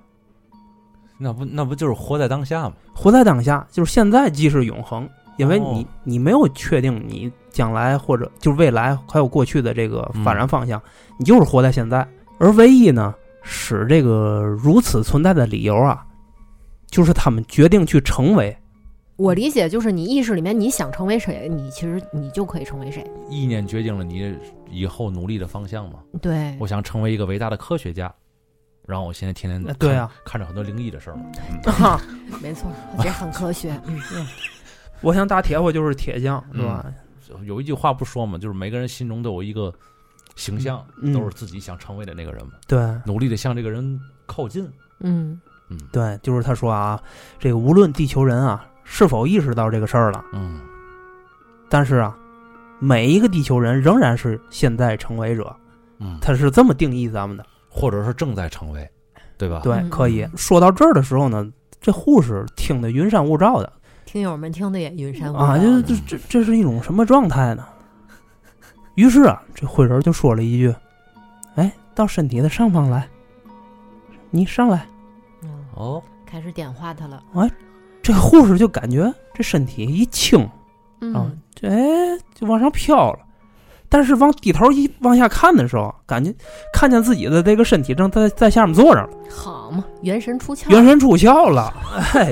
S1: 那不那不就是活在当下吗？
S3: 活在当下，就是现在即是永恒，因为你、
S1: 哦
S3: 你没有确定你将来或者就是未来还有过去的这
S1: 嗯
S3: 个发展方向，你就是活在现在。而唯一呢，使这个如此存在的理由啊，就是他们决定去成为。
S2: 我理解就是你意识里面你想成为谁，你其实你就可以成为谁。
S1: 意念决定了你以后努力的方向嘛。
S2: 对
S1: 我，想成为一个伟大的科学家，然后我现在天
S3: 呃
S1: 天
S3: 对啊，
S1: 看，看着很多灵异的事儿嘛。
S3: 哈，
S2: 没错，也很科学。 嗯，
S3: 我想打铁，我就是铁匠，是吧？
S1: 有一句话不说嘛，就是每个人心中都有一个形象，
S3: 嗯
S1: 都是自己想成为的那个人嘛，
S3: 对
S1: 努力的向这个人靠近。
S2: 嗯
S1: 嗯
S3: 对，就是他说啊，这个无论地球人啊是否意识到这个事儿了，
S1: 嗯
S3: 但是啊，每一个地球人仍然是现在成为者，
S1: 嗯，
S3: 他是这么定义咱们的。
S1: 或者是正在成为，对吧？
S3: 对，
S2: 嗯
S3: 可以
S2: 嗯
S3: 说到这儿的时候呢，这护士听得云山雾罩的
S2: 听友们听的也云山雾
S3: 啊，
S2: 罩
S3: 就是
S2: 的
S3: 这这这是一种什么状态呢？于是啊，这慧人就说了一句：“哎，到身体的上方来，你上来。
S2: 嗯
S1: 哦，
S2: 开始点化他了。”
S3: 这护士就感觉这身体一轻，啊
S2: 嗯，
S3: 这哎就往上飘了。但是往低头一往下看的时候，感觉看见自己的这个身体正在在下面坐着了，
S2: 好嘛，元神出窍，
S3: 元神出窍了。哎，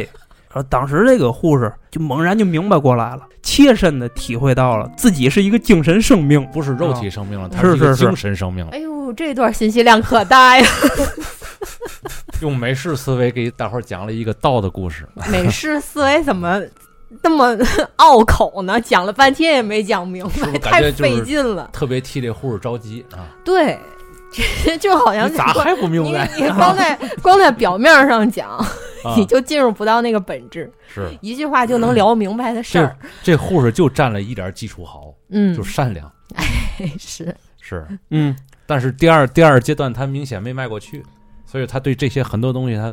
S3: 然后当时这个护士就猛然就明白过来了，切身的体会到了自己是一个精神生命。
S1: 不是肉体生命了，它
S3: 嗯是
S1: 一个
S3: 是是
S1: 精神生命了。
S2: 哎呦，这段信息量可大 呀！
S1: 用美式思维给大伙儿讲了一个道的故事。
S2: 美式思维怎么那么拗口呢？讲了半天也没讲明
S1: 是不
S2: 白，
S1: 是感
S2: 太
S1: 觉就是
S2: 费劲了。
S1: 特别替这护士着急啊！
S2: 对，这 就好像
S1: 你咋还不明
S2: 你
S1: 白？
S2: 你光 在光在表面上讲，
S1: 啊
S2: 你就进入不到那个本质，
S1: 是
S2: 一句话就能聊明白的事儿。
S1: 这护士就占了一点基础好，
S2: 嗯
S1: 就，善 良
S2: 是，
S1: 是。
S3: 嗯，
S1: 但是第二第二阶段他明显没迈过去，所以他对这些很多东西他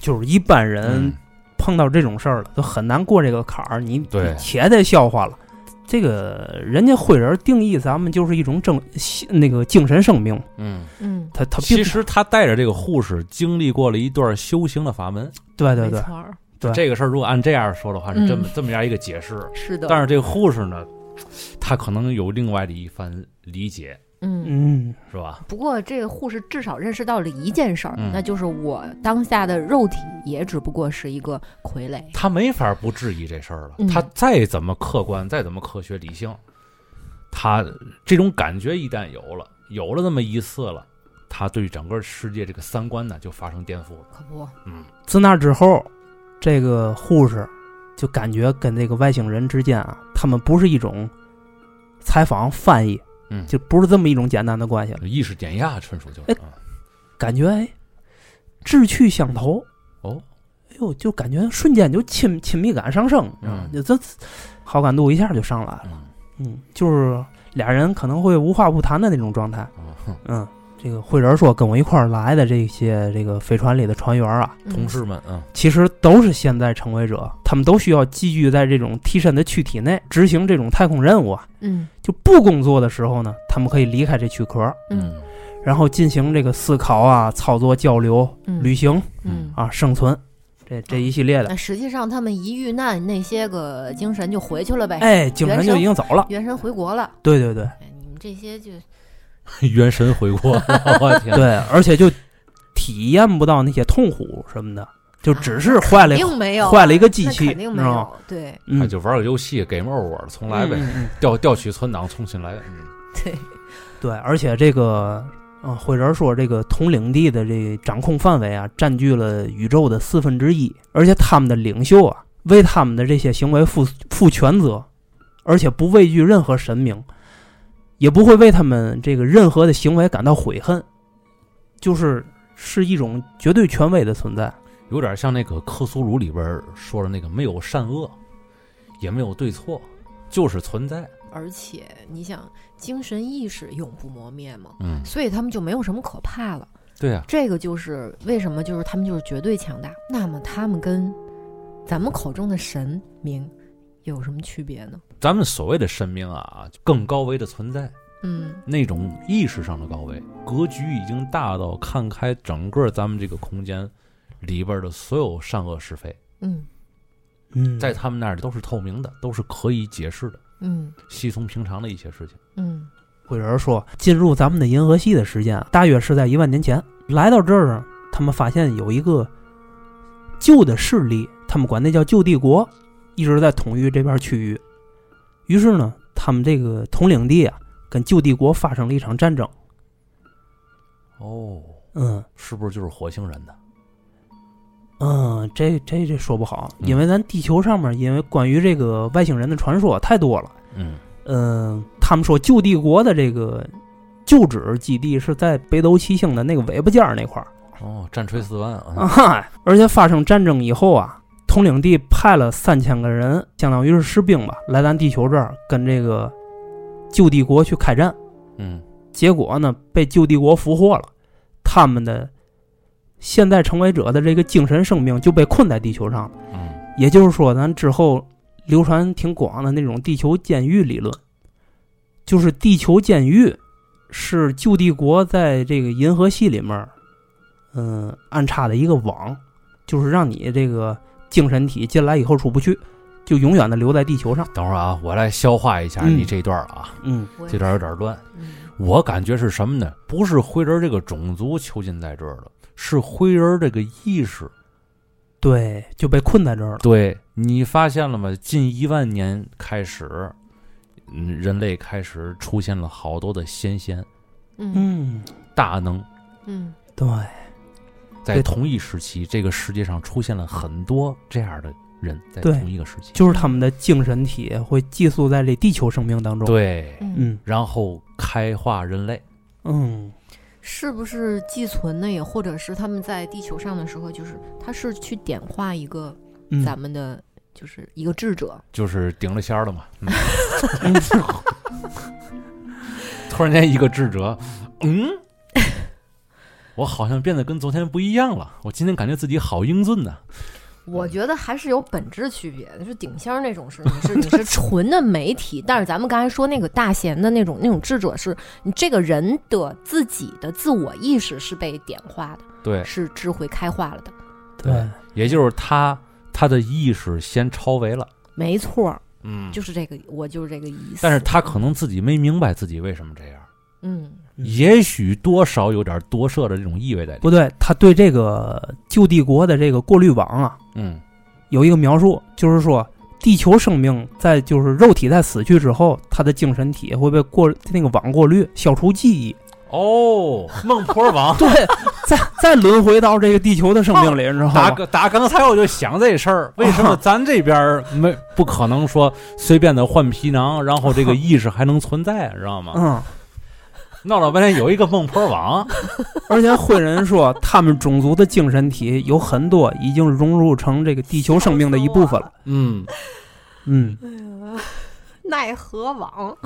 S3: 就是一般
S1: 嗯
S3: 人碰到这种事儿了，都很难过这个坎儿，你
S1: 对
S3: 你且得消化了。这个人家慧人定义咱们就是一种正那个精神生命，
S1: 嗯，
S2: 嗯，
S3: 他他并
S1: 其实他带着这个护士经历过了一段修行的法门。
S3: 对对
S2: 没
S3: 对，
S2: 错儿，
S3: 对
S1: 这个事儿如果按这样说的话，是这么
S2: 嗯
S1: 这么样一个解释。
S2: 是的。
S1: 但是这个护士呢，他可能有另外的一番理解，
S2: 嗯，
S3: 嗯，
S1: 是吧？
S2: 不过这个护士至少认识到了一件事儿，
S1: 嗯
S2: 那就是我当下的肉体也只不过是一个傀儡。
S1: 他没法不质疑这事儿了
S2: 嗯。
S1: 他再怎么客观，再怎么科学理性，他这种感觉一旦有了，有了那么一次了，他对整个世界这个三观呢就发生颠覆了。
S2: 可不，
S1: 嗯
S3: 自那之后，这个护士就感觉跟这个外星人之间啊，他们不是一种采访翻译，
S1: 嗯，
S3: 就不是这么一种简单的关系了。
S1: 意识减压纯属就是。啊
S3: 哎感觉哎，志趣相投
S1: 哦，
S3: 哎呦，就感觉瞬间就亲亲密感上升，你知道吗
S1: 嗯
S3: 这好感度一下就上来了。
S1: 嗯
S3: 嗯，就是俩人可能会无话不谈的那种状态。
S1: 嗯哼
S3: 嗯，这个慧仁说跟我一块儿来的这些这个飞船里的船员啊，
S1: 同事们，嗯
S3: 其实都是现在成为者，他们都需要寄居在这种替身的躯体内执行这种太空任务啊。
S2: 嗯，
S3: 就不工作的时候呢，他们可以离开这躯壳，
S2: 嗯
S3: 然后进行这个思考啊、操作、交流、
S2: 嗯
S3: 旅行
S2: 嗯
S1: 嗯
S3: 啊、生存，这这一系列的
S2: 那。实际上他们一遇难，那些个精神就回去了呗，
S3: 哎，警神就已经走了。
S2: 元神回国了。
S3: 对对 对
S2: 哎你们这些就
S1: 嗯，元神回国，我天，
S3: 对，而且就体验不到那些痛苦什么的，就只是坏了
S2: 肯
S3: 一，
S2: 定没有啊
S3: 坏了一个机器
S2: 那肯定没
S3: 你知道
S2: 有。对
S1: 他
S3: 嗯，
S1: 就玩个游戏，game over 了，重来呗，
S3: 嗯。嗯嗯
S1: 调调取存档，重新来。嗯
S2: 对，
S3: 对，而且这个，嗯，慧仁说这个同领地的这掌控范围啊，占据了宇宙的四分之一，而且他们的领袖啊，为他们的这些行为负负全责，而且不畏惧任何神明，也不会为他们这个任何的行为感到悔恨，就是是一种绝对权威的存在。
S1: 有点像那个克苏鲁里边说的那个，没有善恶，也没有对错，就是存在。
S2: 而且你想，精神意识永不磨灭嘛，
S1: 嗯，
S2: 所以他们就没有什么可怕了。
S1: 对啊，
S2: 这个就是为什么就是他们就是绝对强大。那么他们跟咱们口中的神明有什么区别呢？
S1: 咱们所谓的神明啊，更高维的存在，
S2: 嗯
S1: 那种意识上的高维，格局已经大到看开整个咱们这个空间里边的所有善恶是非，
S2: 嗯
S3: 嗯，
S1: 在他们那儿都是透明的，都是可以解释的，
S2: 嗯
S1: 稀松平常的一些事情。
S2: 嗯
S3: 慧仁说，进入咱们的银河系的时间啊，大约是在一万年前。来到这儿，啊他们发现有一个旧的势力，他们管那叫旧帝国，一直在统御这片区域。于是呢，他们这个统领地啊，跟旧帝国发生了一场战争。
S1: 哦，
S3: 嗯
S1: 是不是就是火星人的？
S3: 嗯，这这这说不好，
S1: 嗯
S3: 因为咱地球上面因为关于这个外星人的传说太多了。
S1: 嗯
S3: 嗯，他们说旧帝国的这个旧址基地是在北斗七星的那个尾巴尖儿那块儿
S1: 哦，战锤四万啊，
S3: 啊， 而且发生战争以后啊，统领地派了三千个人，相当于是士兵吧，来咱地球这儿跟这个旧帝国去开战。
S1: 嗯
S3: 结果呢，被旧帝国俘获了，他们的现在成为者的这个精神生命就被困在地球上了。
S1: 嗯
S3: 也就是说，咱之后流传挺广的那种地球监狱理论，就是地球监狱是旧帝国在这个银河系里面儿，嗯、安插的一个网，就是让你这个精神体进来以后出不去，就永远的留在地球上。
S1: 等会儿啊，我来消化一下
S3: 嗯
S1: 你这段儿啊，
S3: 嗯
S2: 我
S1: 这段儿有点儿乱。
S2: 嗯
S1: 我感觉是什么呢？不是灰人这个种族囚禁在这儿了，是灰人这个意识。
S3: 对，就被困在这儿了。
S1: 对你发现了吗？近一万年开始，嗯，人类开始出现了好多的先贤
S2: 嗯
S3: 嗯，
S1: 大能，
S2: 嗯
S3: 对，
S1: 在
S3: 对
S1: 同一时期，这个世界上出现了很多这样的人，在
S3: 对
S1: 同一个时期。
S3: 就是他们的精神体会寄宿在这地球生命当中。，
S1: 对，
S2: 嗯，
S3: 嗯
S1: 然后开化人类。
S3: 嗯，
S2: 是不是寄存的也，或者是他们在地球上的时候，就是他是去点化一个
S3: 嗯
S2: 咱们的，就是一个智者，
S1: 就是顶了仙儿了 嘛。嗯突然间一个智者，嗯，我好像变得跟昨天不一样了。我今天感觉自己好英俊呢。
S2: 我觉得还是有本质区别的，就是顶仙儿那种是你是你是纯的媒体，但是咱们刚才说那个大贤的那种那种智者是，你这个人的自己的自我意识是被点化的，
S1: 对，
S2: 是智慧开化了的，
S3: 对，
S1: 也就是他他的意识先超维了，
S2: 没错儿，
S1: 嗯
S2: 就是这个，我就是这个意思。
S1: 但是他可能自己没明白自己为什么这样，
S2: 嗯，
S3: 嗯
S1: 也许多少有点多涉的这种意味在里。
S3: 不对，他对这个旧帝国的这个过滤网啊，
S1: 嗯
S3: 有一个描述，就是说地球生命在就是肉体在死去之后，它的精神体会被过那个网过滤，消除记忆，，
S1: 哦，孟婆王
S3: 对，再再轮回到这个地球的生命里，你知道
S1: 打
S3: 吗？
S1: 个打刚才我就想这事儿，为什 么咱这边儿没不可能说随便的换皮囊，然后这个意识还能存在，啊知道 吗？
S3: 嗯，
S1: 闹了半天有一个孟婆王，
S3: 而且灰人说，他们种族的精神体有很多已经融入成这个地球生命的一部分了。
S1: 嗯，
S3: 嗯，
S2: 哎 奈何网，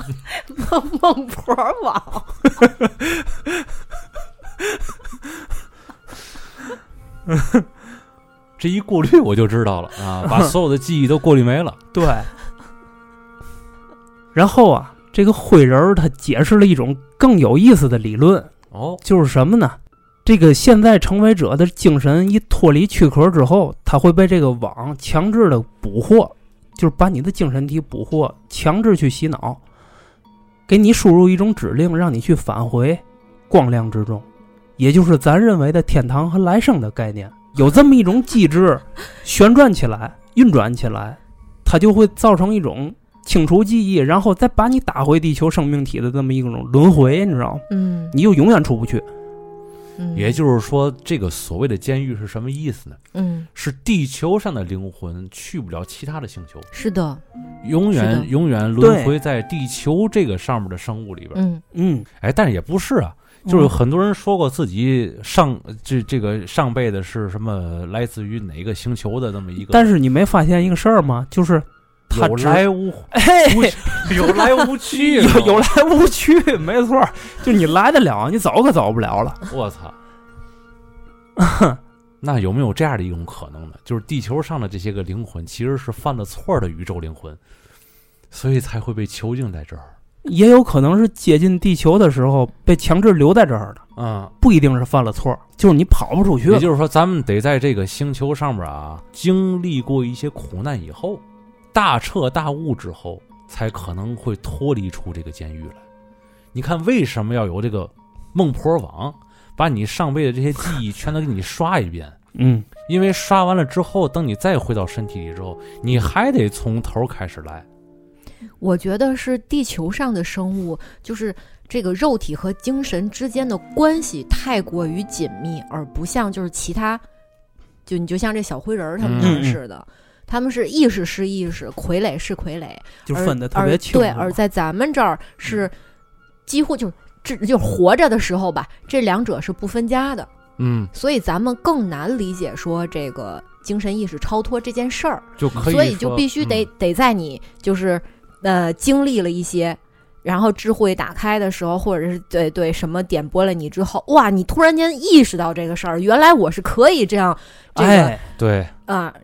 S2: 孟孟婆网，
S1: 这一过滤我就知道了啊，把所有的记忆都过滤没 了。
S3: 对。然后啊，这个灰人儿他解释了一种更有意思的理论，
S1: 哦，
S3: 就是什么呢？这个现在成为者的精神一脱离躯壳之后，他会被这个网强制的捕获，就是把你的精神体捕获，强制去洗脑，给你输入一种指令，让你去返回光亮之中，也就是咱认为的天堂和来生的概念。有这么一种机制， 旋转起来、运转起来，它就会造成一种清除记忆，然后再把你打回地球生命体的这么一种轮回，你知道吗？
S2: 嗯，
S3: 你就永远出不去。
S2: 嗯
S1: 也就是说，这个所谓的监狱是什么意思呢？
S2: 嗯，
S1: 是地球上的灵魂去不了其他的星球，
S2: 是的，
S1: 永
S2: 是的
S1: 远永远轮回在地球这个上面的生物里边。
S2: 嗯
S3: 嗯，
S1: 哎，但是也不是啊，就是有很多人说过自己上这这个上辈子是什么来自于哪个星球的这么一个，
S3: 但是你没发现一个事儿吗？就是他
S1: 有
S3: 只
S1: 来 无
S3: 哎，
S1: 无有来无去，
S3: 有有来无去，没错儿，就你来得了，你走可走不了了。
S1: 我 操！那有没有这样的一种可能呢？就是地球上的这些个灵魂其实是犯了错儿的宇宙灵魂，所以才会被囚禁在这儿。
S3: 也有可能是接近地球的时候被强制留在这儿的，
S1: 嗯，
S3: 不一定是犯了错儿，就是你跑不出去
S1: 也
S3: 了。
S1: 就是说，咱们得在这个星球上面啊，经历过一些苦难以后，大彻大悟之后，才可能会脱离出这个监狱来。你看，为什么要有这个孟婆网，把你上辈的这些记忆全都给你刷一遍？
S3: 嗯，
S1: 因为刷完了之后，等你再回到身体里之后，你还得从头开始来。
S2: 我觉得是地球上的生物，就是这个肉体和精神之间的关系太过于紧密，而不像就是其他，就你就像这小灰人儿他们他
S3: 嗯嗯
S2: 们
S3: 嗯
S2: 似的，他们是意识是意识，傀儡是傀儡，
S3: 就
S2: 而
S3: 分的特别清楚。嗯
S2: 而对，而在咱们这儿是几乎就是这就活着的时候吧，这两者是不分家的，
S4: 嗯，
S2: 所以咱们更难理解说这个精神意识超脱这件事儿。
S1: 就可以
S2: 所
S1: 说，嗯
S2: 以就必须得、得在你就是呃经历了一些，然后智慧打开的时候，或者是对对什么点拨了你之后，哇，你突然间意识到这个事儿，原来我是可以这样，这个啊、
S3: 哎，
S1: 对，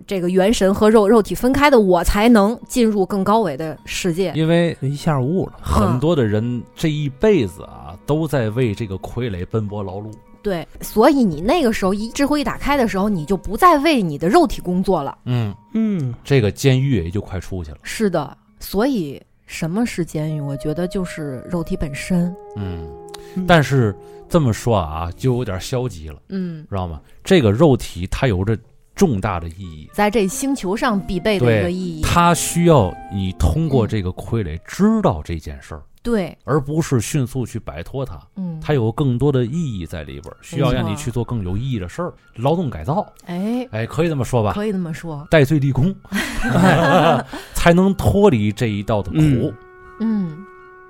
S2: 这个元神和肉肉体分开的，我才能进入更高维的世界。
S1: 因为
S3: 就一下悟了。
S1: 很
S2: 嗯
S1: 多的人这一辈子啊，都在为这个傀儡奔波劳碌。
S2: 对，所以你那个时候一智慧一打开的时候，你就不再为你的肉体工作了。
S1: 嗯，
S3: 嗯，
S1: 这个监狱也就快出去了。
S2: 是的，所以什么是监狱？我觉得就是肉体本身。
S1: 嗯
S3: 嗯，
S1: 但是这么说啊，就有点消极了，
S2: 嗯。
S1: 知道吗？这个肉体它有着重大的意义，
S2: 在这星球上必备的一个
S1: 对
S2: 意义，
S1: 它需要你通过这个傀儡知道这件事儿，
S2: 对，
S1: 而不是迅速去摆脱它。
S2: 嗯，
S1: 它有更多的意义在里边儿，需要让你
S2: 没错
S1: 去做更有意义的事儿，劳动改造，
S2: 哎，
S1: 哎，可以这么说吧？
S2: 嗯可以这么说，
S1: 戴罪立 功， 才能脱离这一道的苦。
S3: 嗯
S2: 嗯，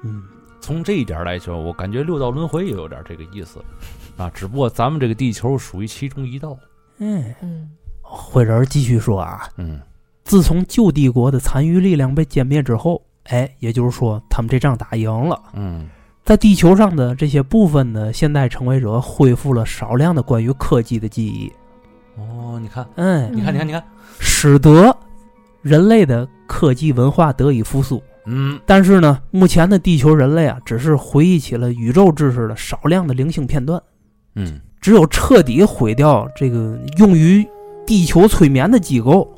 S3: 嗯，
S1: 从这一点来说，我感觉六道轮回也有点这个意思啊。只不过咱们这个地球属于其中一道。
S3: 哎，
S2: 嗯，
S3: 灰人儿继续说啊，
S1: 嗯
S3: 自从旧帝国的残余力量被歼灭之后，哎，也就是说他们这仗打赢了。
S1: 嗯
S3: 在地球上的这些部分的现代成为者恢复了少量的关于科技的记忆，
S1: 哦，你看，
S3: 哎，
S2: 嗯
S1: 你看，你看，你看，
S3: 使得人类的科技文化得以复苏。
S1: 嗯
S3: 但是呢，目前的地球人类啊，只是回忆起了宇宙知识的少量的零星片段，
S1: 嗯
S3: 只有彻底毁掉这个用于地球催眠的机构，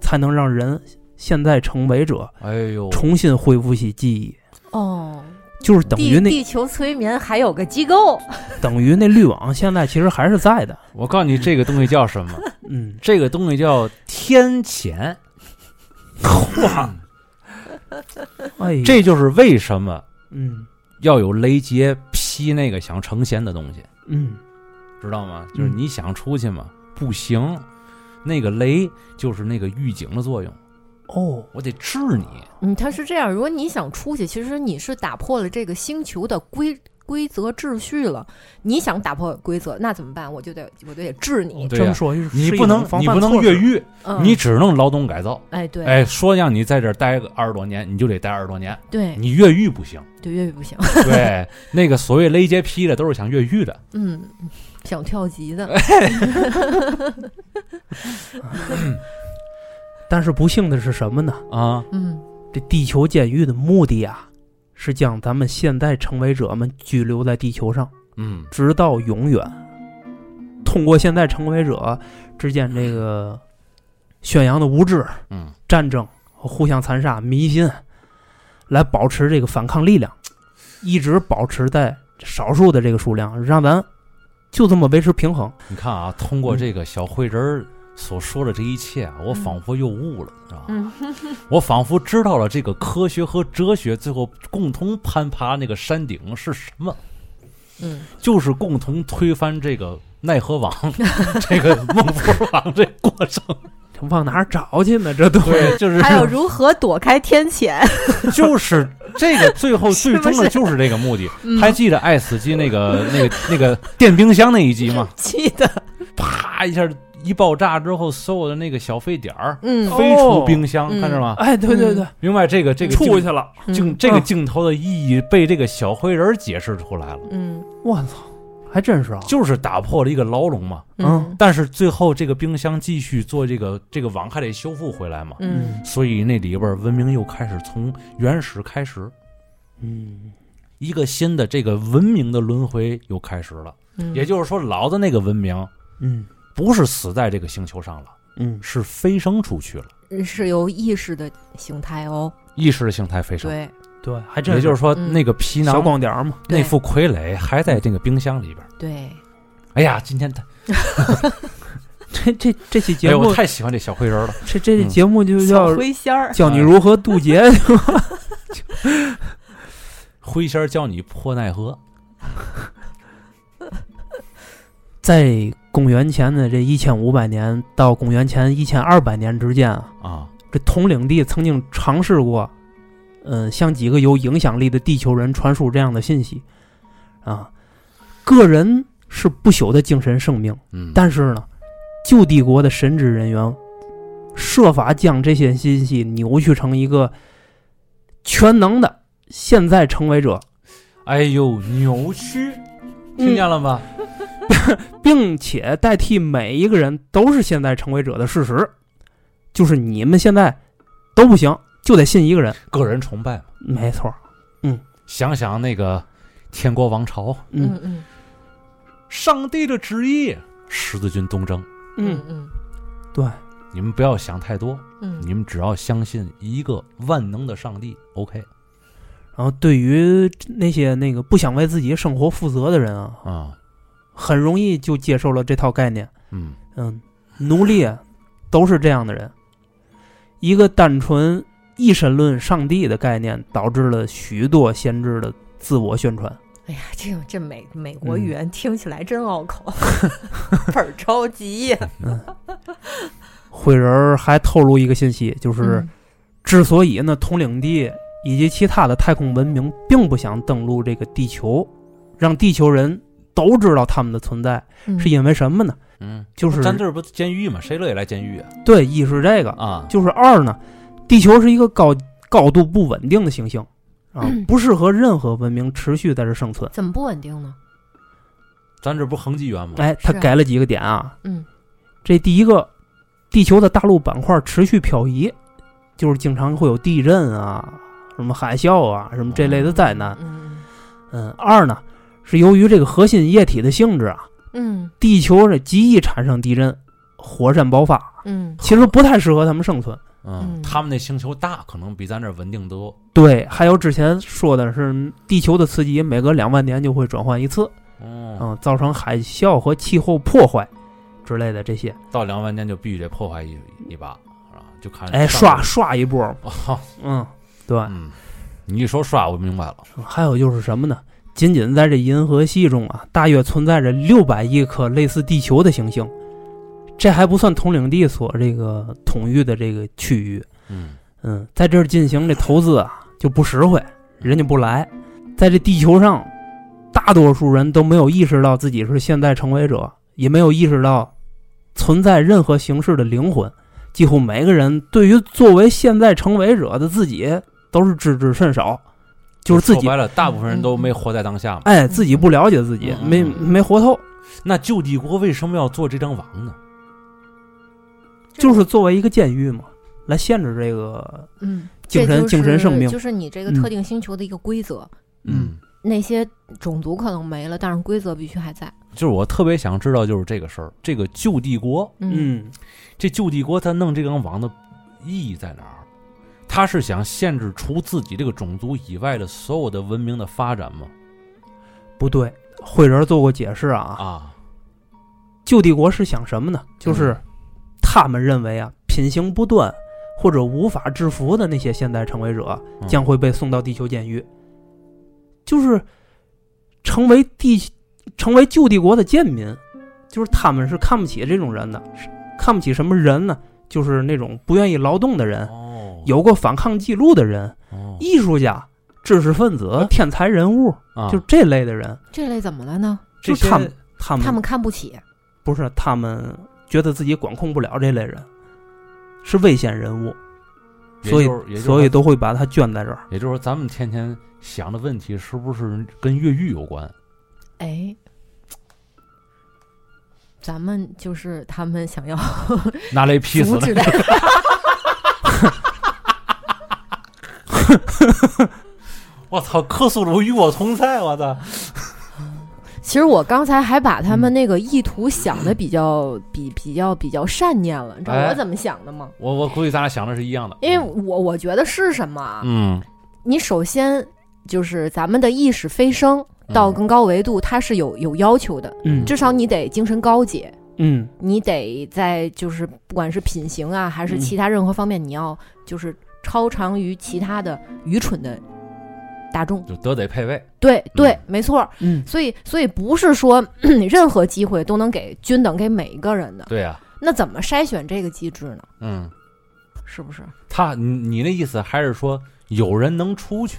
S3: 才能让人现在成为者
S1: 哎呦，
S3: 重新恢复起记忆。
S2: 哦，
S3: 就是等于
S2: 地
S3: 那
S2: 地球催眠还有个机构，
S3: 等于那滤网现在其实还是在的，
S1: 我告诉你，这个东西叫什 么？
S3: 嗯，
S1: 这个东西叫天谴。哇，
S3: 哎，
S1: 这就是为什么
S3: 嗯
S1: 要有雷杰批那个想成仙的东西。
S3: 嗯
S1: 知道吗？就是
S3: 嗯
S1: 你想出去嘛，不行，那个雷就是那个预警的作用，
S3: 哦，
S1: 我得治你。
S2: 嗯，它是这样，如果你想出去，其实你是打破了这个星球的规。规则秩序了，你想打破规则，那怎么办？我就得我就得治你。
S1: 哦嗯对
S3: 这
S1: 呀、
S3: 么说是
S1: 你
S3: 是一
S1: 不能
S3: 种防
S1: 你
S3: 范
S1: 不能
S3: 措施
S1: 越狱，
S2: 嗯，
S1: 你只能劳动改造。
S2: 哎对
S1: 哎，说让你在这儿待个二十多年，你就得待二十多年。
S3: 哎
S2: 对
S1: 你越狱不 行，
S2: 对越狱不行，
S1: 对，那个所谓雷杰批的都是想越狱的，
S2: 嗯，想跳级的，
S3: 但是不幸的是什么呢？
S1: 啊，
S2: 嗯
S3: 这地球监狱的目的啊，是将咱们现在成为者们拘留在地球上，
S1: 嗯
S3: 直到永远。通过现在成为者之间这个宣扬的无知、
S1: 嗯，
S3: 战争、和互相残杀、迷信，来保持这个反抗力量，一直保持在少数的这个数量，让咱就这么维持平衡。
S1: 你看啊，通过这个小灰人儿所说的这一切啊，我
S2: 嗯
S1: 仿佛又悟了，知道吧？
S2: 嗯，
S1: 我仿佛知道了这个科学和哲学最后共同攀爬那个山顶是什么，
S2: 嗯，
S1: 就是共同推翻这个奈何网、 这个孟 婆网这过程。
S3: 往哪儿找去呢？这都
S1: 对，就是
S2: 还有如何躲开天谴？
S1: 就是这个最后最终的就是这个目的。
S2: 嗯
S1: 还记得爱死机那个那个那个电冰箱那一集吗？
S2: 记得，
S1: 啪一下一爆炸之后，所有的那个小沸点儿
S2: 嗯
S1: 飞出冰箱，
S2: 嗯
S1: 看着吗？
S3: 哎，对对对，
S1: 明白这个这个
S3: 出
S1: 镜
S3: 去了。
S1: 镜
S2: 嗯
S1: 这个
S3: 嗯
S1: 镜头的意义被这个小灰人儿解释出来了。
S2: 嗯
S3: 我操，还真是啊！
S1: 就是打破了一个牢笼嘛。
S2: 嗯
S1: 但是最后这个冰箱继续做这个这个网还得修复回来嘛，
S2: 嗯，
S1: 所以那里边儿文明又开始从原始开始，
S3: 嗯，
S1: 一个新的这个文明的轮回又开始了。
S2: 嗯
S1: 也就是说，老的那个文明
S3: 嗯
S1: 不是死在这个星球上了，
S3: 嗯
S1: 是飞升出去了，
S2: 是由意识的形态哦，
S1: 意识形态飞升。
S2: 对，
S3: 对，还真
S1: 也就是说，
S2: 嗯
S1: 那个皮
S3: 小
S1: 囊
S3: 光点儿嘛。
S1: 那副傀儡还在这个冰箱里边儿。
S2: 对，
S1: 哎呀，今天太
S3: 这这这期
S1: 哎
S3: 节
S1: 呦，
S3: 目
S1: 我，太喜欢这小灰人儿了。
S3: 这这期
S1: 嗯
S3: 节目就叫
S2: 小灰仙儿，
S3: 教你如何渡劫，
S1: 灰仙儿教你破奈何，
S3: 在公元前的这一千五百年到公元前一千二百年之间啊，
S1: 啊，
S3: 这统领地曾经尝试过，嗯、向几个有影响力的地球人传输这样的信息，啊，个人是不朽的精神生命，
S1: 嗯，
S3: 但是呢，旧帝国的神职人员设法将这些信息扭曲成一个全能的现在成为者，
S1: 哎呦，扭曲，听
S3: 嗯
S1: 见了吗？
S3: 并且代替每一个人都是现在成为者的事实，就是你们现在都不行，就得信一个人。
S1: 个人崇拜嘛，
S3: 没错儿，
S1: 想想那个天国王朝，
S3: 嗯
S2: 嗯
S1: 上帝的旨意，十字军东征，
S3: 嗯，
S2: 嗯
S3: 对，
S1: 你们不要想太多，
S2: 嗯
S1: 你们只要相信一个万能的上帝，OK
S3: 然后对于那些那个不想为自己生活负责的人啊，
S1: 啊，
S3: 很容易就接受了这套概念。
S1: 嗯
S3: 嗯，奴隶啊都是这样的人。一个单纯一神论上帝的概念，导致了许多先知的自我宣传。
S2: 哎呀，这种这美美国语
S3: 嗯
S2: 言听起来真拗 口，倍儿着急呀！
S3: 惠仁儿还透露一个信息，就是、
S2: 嗯
S3: 之所以呢，统领地以及其他的太空文明并不想登陆这个地球，让地球人都知道他们的存在，
S2: 嗯
S3: 是因为什么呢？
S1: 嗯，
S3: 就是
S1: 咱这儿不监狱嘛，谁乐意来监狱啊？
S3: 对，一是这个，
S1: 啊，
S3: 就是二呢，地球是一个高高度不稳定的行星啊，
S2: 嗯
S3: 不适合任何文明持续在这生存。
S2: 怎么不稳定呢？
S1: 咱这不恒纪元吗？
S3: 哎，他
S2: 是啊
S3: 给了几个点啊，
S2: 嗯
S3: 这第一个，地球的大陆板块持续漂移，就是经常会有地震啊、什么海啸啊、什么这类的灾难。
S2: 嗯
S3: 嗯，二呢是由于这个核心液体的性质啊，
S2: 嗯
S3: 地球呢极易产生地震、火山爆发，
S2: 嗯
S3: 其实不太适合他们生存。
S1: 嗯，
S2: 嗯
S1: 他们那星球大，可能比咱这儿稳定得多。
S3: 对，还有之前说的是地球的磁极每隔两万年就会转换一次，
S1: 嗯，
S3: 嗯，造成海啸和气候破坏之类的这些，
S1: 到两万年就必须得破坏一一把，啊，就看
S3: 哎，
S1: 上
S3: 刷刷一波，
S1: 哦，
S3: 嗯，对。
S1: 嗯，你一说刷，我明白了。
S3: 还有就是什么呢？仅仅在这银河系中啊，大约存在着六百亿颗类似地球的行星，这还不算统领地所这个统御的这个区域。
S1: 嗯，
S3: 嗯，在这儿进行这投资啊，就不实惠，人家不来。在这地球上，大多数人都没有意识到自己是现代成为者，也没有意识到存在任何形式的灵魂。几乎每个人对于作为现在成为者的自己都是知之甚少，就是自己
S1: 说白了，大部分人都没活在当下嘛。
S3: 哎自己不了解自己，
S1: 嗯
S3: 没没活透，
S1: 那旧帝国为什么要做这张网呢？
S3: 就是作为一个监狱嘛，来限制这个
S2: 嗯，
S3: 精神、
S2: 这就是
S3: 精神嗯生命。
S2: 就是你这个特定星球的一个规则。
S3: 嗯，
S2: 那些种族可能没了，但是规则必须还在。
S1: 就是我特别想知道，就是这个事儿，这个旧帝国，
S3: 嗯，
S1: 这旧帝国它弄这张网的意义在哪儿？他是想限制除自己这个种族以外的所有的文明的发展吗？
S3: 不对，惠仁做过解释啊
S1: 啊，
S3: 旧帝国是想什么呢？
S1: 嗯
S3: 就是他们认为啊，品行不端或者无法制服的那些现代成为者
S1: 嗯
S3: 将会被送到地球监狱，就是成为地成为旧帝国的贱民，就是他们是看不起这种人的，是看不起什么人呢？就是那种不愿意劳动的人，
S1: 哦，
S3: 嗯有过反抗记录的人，
S1: 哦
S3: 艺术家、知识分子、天才人物，
S1: 啊，
S3: 就这类的人，
S2: 这类怎么了呢？
S1: 这
S3: 就
S1: 些
S3: 他们他们
S2: 他们看不起。
S3: 不是他们觉得自己管控不了这类人，是危险人物，
S1: 也
S3: 所以
S1: 就是也就是
S3: 所以都会把他圈在这儿。
S1: 也就是说，咱们天天想的问题是不是跟越狱有关？
S2: 哎，咱们就是他们想 要
S1: 拿 雷劈死
S2: 阻
S1: 了
S2: 止 的。
S1: 我操，克苏鲁与我同在！我 操，
S2: 其实我刚才还把他们
S1: 嗯
S2: 那个意图想的 比较比比较比较善念了，你知道
S1: 哎
S2: 我怎么想的吗？
S1: 我我估计咱俩想的是一样的，
S2: 因为我我觉得是什么啊？
S1: 嗯，
S2: 你首先就是咱们的意识飞升
S1: 嗯
S2: 到更高维度，它是有有要求的，
S3: 嗯
S2: 至少你得精神高洁，
S3: 嗯
S2: 你得在就是不管是品行啊，还是
S3: 嗯
S2: 其他任何方面，你要就是超常于其他的愚蠢的大众。
S1: 就德得配位，
S2: 对对，没错。
S3: 嗯，
S2: 所以所以不是说 你任何机会都能给均等给每一个人的。
S1: 对呀、
S2: 那怎么筛选这个机制呢？
S1: 嗯，
S2: 是不是？
S1: 他你你那意思还是说有人能出去，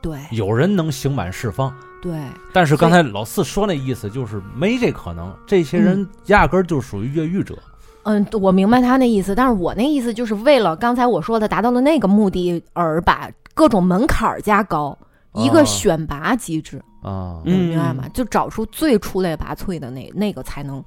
S2: 对
S1: 有人能刑满释放，
S2: 对，
S1: 但是
S2: 所
S1: 刚
S2: 以
S1: 才老四说那意思就是没这可能，这些人压根儿就属于越狱者，
S2: 嗯，我明白他那意思，但是我那意思就是为了刚才我说的达到的那个目的而把各种门槛儿加高，嗯一
S1: 哦
S2: 个选拔机制，
S1: 啊，
S3: 嗯
S2: 明白吗？就找出最出类拔萃的那那个才能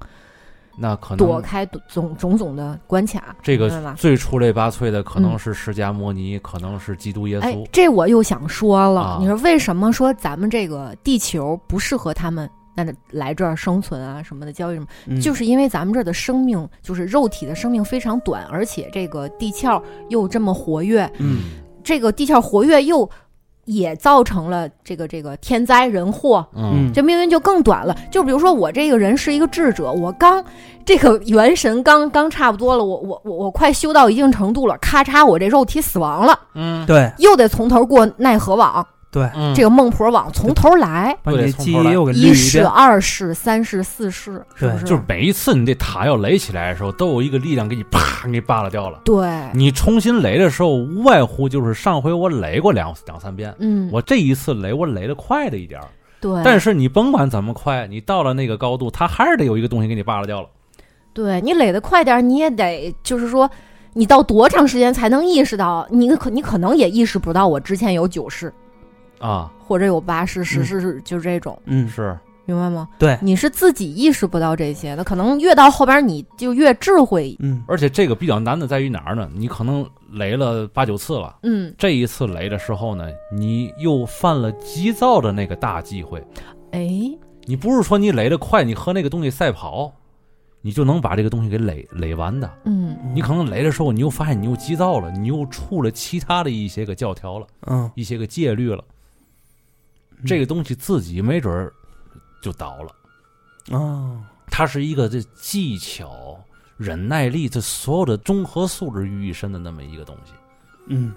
S1: 那可
S2: 躲
S1: 能
S2: 开种种种的关卡。
S1: 这
S2: 明白
S1: 个
S2: 吧
S1: 最出类拔萃的可能
S2: 嗯
S1: 是释迦摩尼，可能是基督耶
S2: 哎
S1: 稣，，
S2: 这我又想说了，
S1: 啊
S2: 你说为什么说咱们这个地球不适合他们？那来这儿生存啊什么的交易什么，
S3: 嗯
S1: 嗯
S2: 就是因为咱们这儿的生命，就是肉体的生命非常短，而且这个地壳又这么活跃，
S3: 嗯
S2: 这个地壳活跃又也造成了这个这个天灾人祸，
S1: 嗯
S2: 这命运就更短了。就比如说我这个人是一个智者，我刚这个元神刚刚差不多了，我我我我快修到一定程度了，咔嚓，我这肉体死亡了，
S1: 嗯
S3: 对
S2: 又得从头过奈何网，
S3: 对，
S1: 嗯，
S2: 这个孟婆网从头来，
S3: 把你的记忆又给
S2: 一
S3: 捋一
S2: 世、
S3: 遍，
S2: 二世、三世、四世，是不
S3: 对
S2: 是？
S1: 就是每一次你这塔要垒起来的时候，都有一个力量给你啪给你扒拉掉了。
S2: 对，
S1: 你重新垒的时候，无外乎就是上回我垒过两两三遍，
S2: 嗯，
S1: 我这一次垒我垒的快了一点儿，
S2: 对，
S1: 但是你甭管怎么快，你到了那个高度，它还是得有一个东西给你扒拉掉了。
S2: 对你垒得快点儿，你也得就是说，你到多长时间才能意识到？你可你可能也意识不到，我之前有九世
S1: 啊，
S2: 或者有八世、十
S3: 嗯
S2: 世，就是这种，
S3: 嗯，
S1: 是，
S2: 明白吗？
S3: 对
S2: 你是自己意识不到这些的，可能越到后边儿你就越智慧，
S3: 嗯
S1: 而且这个比较难的在于哪儿呢？你可能雷了八九次了，
S2: 嗯，
S1: 这一次雷的时候呢，你又犯了急躁的那个大忌讳。
S2: 哎，
S1: 你不是说你雷的快，你和那个东西赛跑，你就能把这个东西给垒垒完的。
S2: 嗯，
S1: 你可能雷的时候，你又发现你又急躁了，你又触了其他的一些个教条了，
S3: 嗯，
S1: 一些个戒律了。这个东西自己没准儿就倒了。
S3: 哦，
S1: 它是一个这技巧、忍耐力这所有的综合素质于一身的那么一个东西。
S3: 嗯，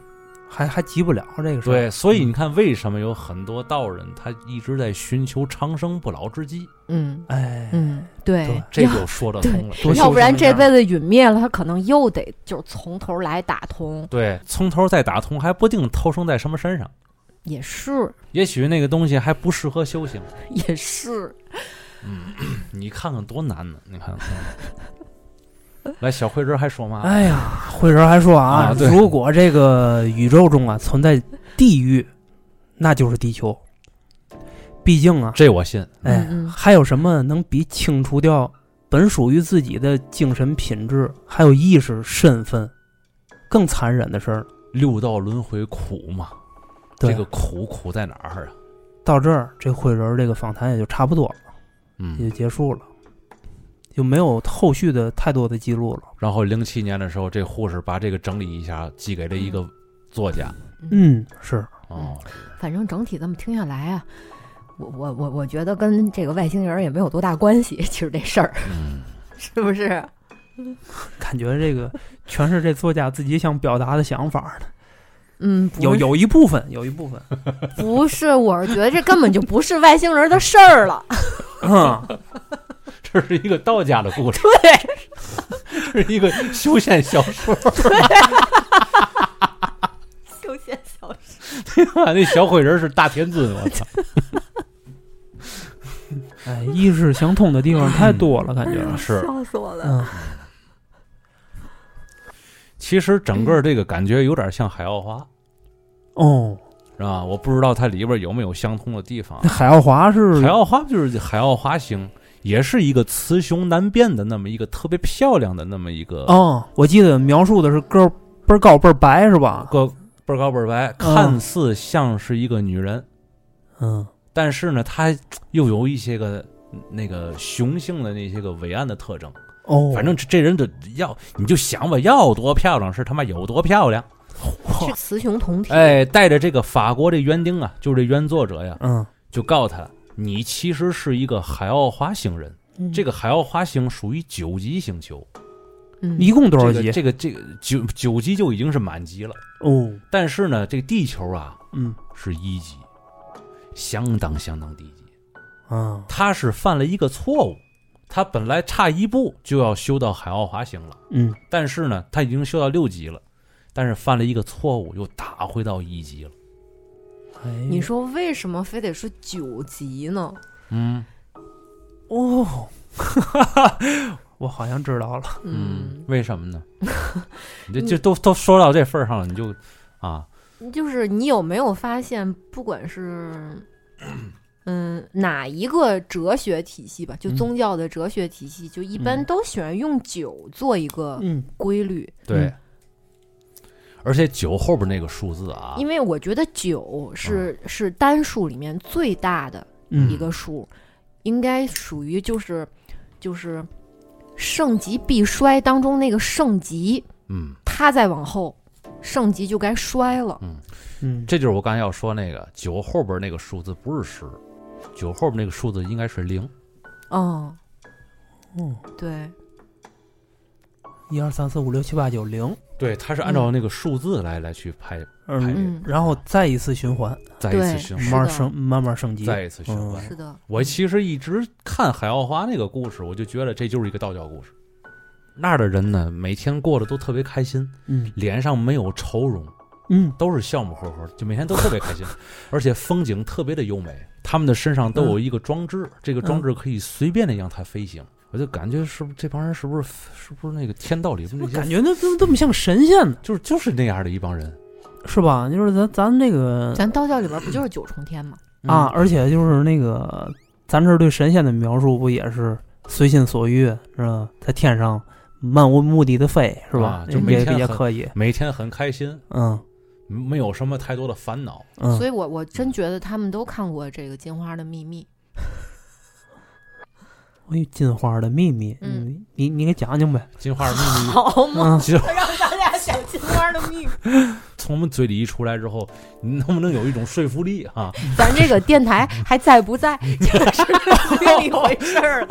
S3: 还还急不了这个事儿，
S1: 对，所以你看，为什么有很多道人他一直在寻求长生不老之机？
S2: 嗯
S3: 哎，
S2: 嗯，对
S3: 对，
S1: 这
S2: 要
S1: 就说得通了。
S3: 多
S2: 要不然
S3: 修行一下
S2: 这辈子陨灭了，他可能又得就从头来打通，
S1: 对，从头再打通，还不定投生在什么身上。
S2: 也是
S1: 也许那个东西还不适合修行，
S2: 也是，
S1: 你看看多难呢？你看，嗯来，小慧芝还说嘛？
S3: 哎呀，慧仁还说啊，
S1: 啊对
S3: 如果这个宇宙中啊存在地狱，那就是地球。毕竟啊，
S1: 这我信。
S3: 哎，
S2: 嗯嗯
S3: 还有什么能比清除掉本属于自己的精神品质，还有意识、身份更残忍的事儿？
S1: 六道轮回苦嘛，
S3: 对
S1: 这个苦苦在哪儿啊？
S3: 到这儿，这慧仁这个访谈也就差不多了，也
S1: 嗯，
S3: 就结束了，就没有后续的太多的记录了。
S1: 然后零七年的时候，这护士把这个整理一下，寄给了一个作家。
S3: 嗯，是，
S1: 哦，
S2: 反正整体这么听下来啊，我我我我觉得跟这个外星人也没有多大关系， 其实这事儿
S1: 嗯，
S2: 是不是？
S3: 感觉这个全是这作家自己想表达的想法呢。
S2: 嗯，不
S3: 有
S2: 是
S3: 有一部分，有一部分，
S2: 不是，我是觉得这根本就不是外星人的事儿了。
S3: 嗯，
S1: 这是一个道家的故事， 这
S2: 对，
S1: 是一个修仙小说。
S2: 修仙小说。
S1: 那小灰人是大天尊，我 操！
S3: 哎，意识相通的地方太多了，感觉。
S1: 是，
S2: 笑死我了！
S3: 嗯，
S1: 其实整个这个感觉有点像海奥华，
S3: 哦，
S1: 是吧？我不知道它里边有没有相通的地方
S3: 那。海奥华 是
S1: 海奥华就是海奥华星，也是一个雌雄难辨的那么一个特别漂亮的那么一个
S3: 哦，我记得描述的是个儿倍儿高倍儿白是吧？
S1: 个倍儿高倍儿白，看似像是一个女人，
S3: 嗯
S1: 但是呢，她又有一些个那个雄性的那些个伟岸的特征。
S3: 哦，
S1: 反正这这人的要你就想吧，要多漂亮是他妈有多漂亮。
S2: 是雌雄同体，
S1: 哦哎，带着这个法国这园丁啊，就是这原作者呀，
S3: 嗯，
S1: 就告他，你其实
S2: 嗯
S1: 是一个海奥华星人。这个
S3: 个
S1: 海奥华星属于九级星球，
S2: 嗯
S3: 一共多少
S1: 这
S3: 级
S1: 个？这个这个九九级就已经是满级了，
S3: 哦，
S1: 但是呢，这个地球啊
S3: 嗯
S1: 是一级，相当相当低级。
S3: 啊，
S1: 他是犯了一个错误，他本来差一步就要修到海奥华星了，
S3: 嗯
S1: 但是呢，他已经修到六级了，但是犯了一个错误，又打回到一级了。
S3: 哎呦，
S2: 你说为什么非得是九级呢？
S1: 嗯
S3: 哦， 我好像知道了，
S1: 嗯，，为什么呢？你这 就都都说到这份儿上了，你就啊，
S2: 嗯就是你有没有发现，不管是 嗯哪一个哲学体系吧，就
S1: 嗯
S2: 宗教的哲学体系，就一般
S1: 嗯
S2: 都喜欢用九做一个
S3: 嗯
S2: 规律，
S1: 对。
S3: 嗯
S1: 而且九后边那个数字啊，
S2: 因为我觉得九是、是单数里面最大的一
S3: 嗯
S2: 个数，应该属于就是就是盛极必衰当中那个盛极，
S1: 嗯，
S2: 它再往后盛极就该衰了。
S3: 嗯，
S1: 这就是我刚才要说那个九后边那个数字不是十，九后边那个数字应该是零。
S2: 嗯，
S3: 哦
S2: 对，
S3: 一二三四五六七八九零，
S1: 对，它是按照那个数字来来去排排列
S3: 嗯，
S1: 的
S2: 嗯
S3: 然后再一次循环，
S1: 再一
S2: 对，
S1: 次循环，
S2: 是
S3: 慢慢
S2: 的
S3: 升，慢慢升级，
S1: 嗯再一次循环。
S2: 嗯是的，
S1: 我其实一直看海奥华那个故事，我就觉得这就是一个道教故事。那儿的人呢，每天过得都特别开心，
S3: 嗯
S1: 脸上没有愁容，
S3: 嗯
S1: 都是笑模呵呵，就每天都特别 开心，而且风景特别的优美。他们的身上都有一个装置，这个装置可以随便的让它飞行。我就感觉是不是这帮人是不是是不是那个天道里边
S3: 我
S1: 那
S3: 感
S1: 些，
S3: 觉那怎么这么像神仙呢？
S1: 就是就是那样的一帮人
S3: 是吧？就是咱咱这个
S2: 咱道教里边不就是九重天吗？
S1: 嗯
S3: 啊，，而且就是那个咱这儿对神仙的描述不也是随心所欲，是吧？在天上漫无目的的飞，是
S1: 啊？
S3: 吧
S1: 就每
S3: 也
S1: 天
S3: 也
S1: 很
S3: 可以，
S1: 每天很开心，
S3: 嗯
S1: 没有什么太多的烦恼。
S3: 嗯
S2: 所以我我真觉得他们都看过这个《金花的秘密
S3: 哎呦，金花的秘密，
S2: 嗯
S3: 嗯，你你给讲讲呗。
S1: 金花的秘 密》，
S2: 好嘛，
S3: 嗯，
S1: 其实
S2: 让大家想《金花的秘密》。
S1: 从我们嘴里一出来之后，你能不能有一种说服力 啊？
S2: 咱这个电台还在不在， 这个是另一回事儿 了。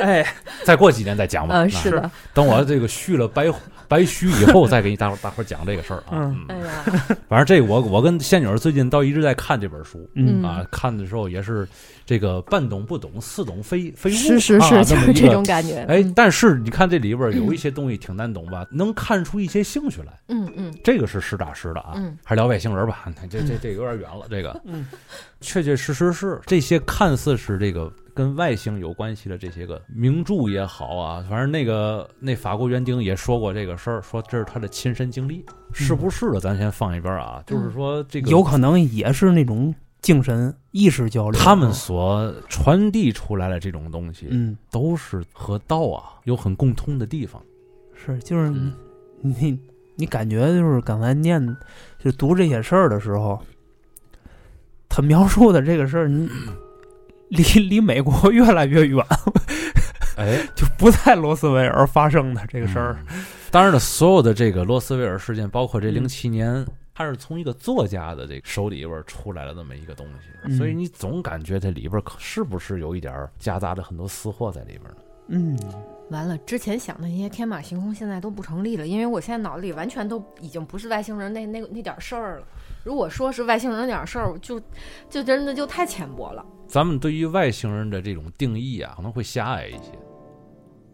S3: 哎，
S1: 再过几年再讲吧。
S2: 嗯，是
S1: 啊，
S2: 的，
S1: 等我这个续了白 白须以后，再给你大伙大伙讲这个事儿啊
S3: 嗯。
S2: 哎呀，
S1: 反正这个我我跟仙女儿最近倒一直在看这本书。
S3: 嗯
S2: 嗯
S1: 啊，看的时候也是这个半懂不懂，似懂非非悟，
S2: 是是
S1: 啊
S2: 是，就
S1: 这么
S2: 是
S1: 一
S2: 这
S1: 个
S2: 种。感觉。
S1: 哎，但是你看这里边有一些东西挺难懂吧，能看出一些兴趣来，
S2: 嗯嗯
S1: 这个是实打实的啊。
S2: 嗯
S1: 还是聊外星人吧，这这这有点远了。这个
S3: 嗯，
S1: 确确实实是这些看似是这个跟外星有关系的这些个名著也好啊，反正那个那法国园丁也说过这个事儿，说这是他的亲身经历，是不是的？咱先放一边啊，就是说这个
S3: 嗯有可能也是那种精神意识交流，
S1: 他们所传递出来的这种东西，
S3: 嗯
S1: 都是和道啊有很共通的地方。
S3: 是就是你你 你感觉就是刚才念就读这些事儿的时候，他描述的这个事儿，你离离美国越来越远，
S1: 哎，
S3: 就不在罗斯维尔发生的这
S1: 这
S3: 个事儿，
S1: 当然了，所有的这个罗斯威尔事件，包括这零
S3: 嗯
S1: 七年，它是从一个作家的这个手里边出来了那么一个东西，
S3: 嗯
S1: 所以你总感觉这里边可是不是有一点儿夹杂着很多私货在里边呢？
S3: 嗯，
S2: 完了，之前想的那些天马行空现在都不成立了，因为我现在脑子里完全都已经不是外星人那那那点事儿了。如果说是外星人那点事儿，我就就真的就太浅薄了。
S1: 咱们对于外星人的这种定义啊，可能会狭隘一些，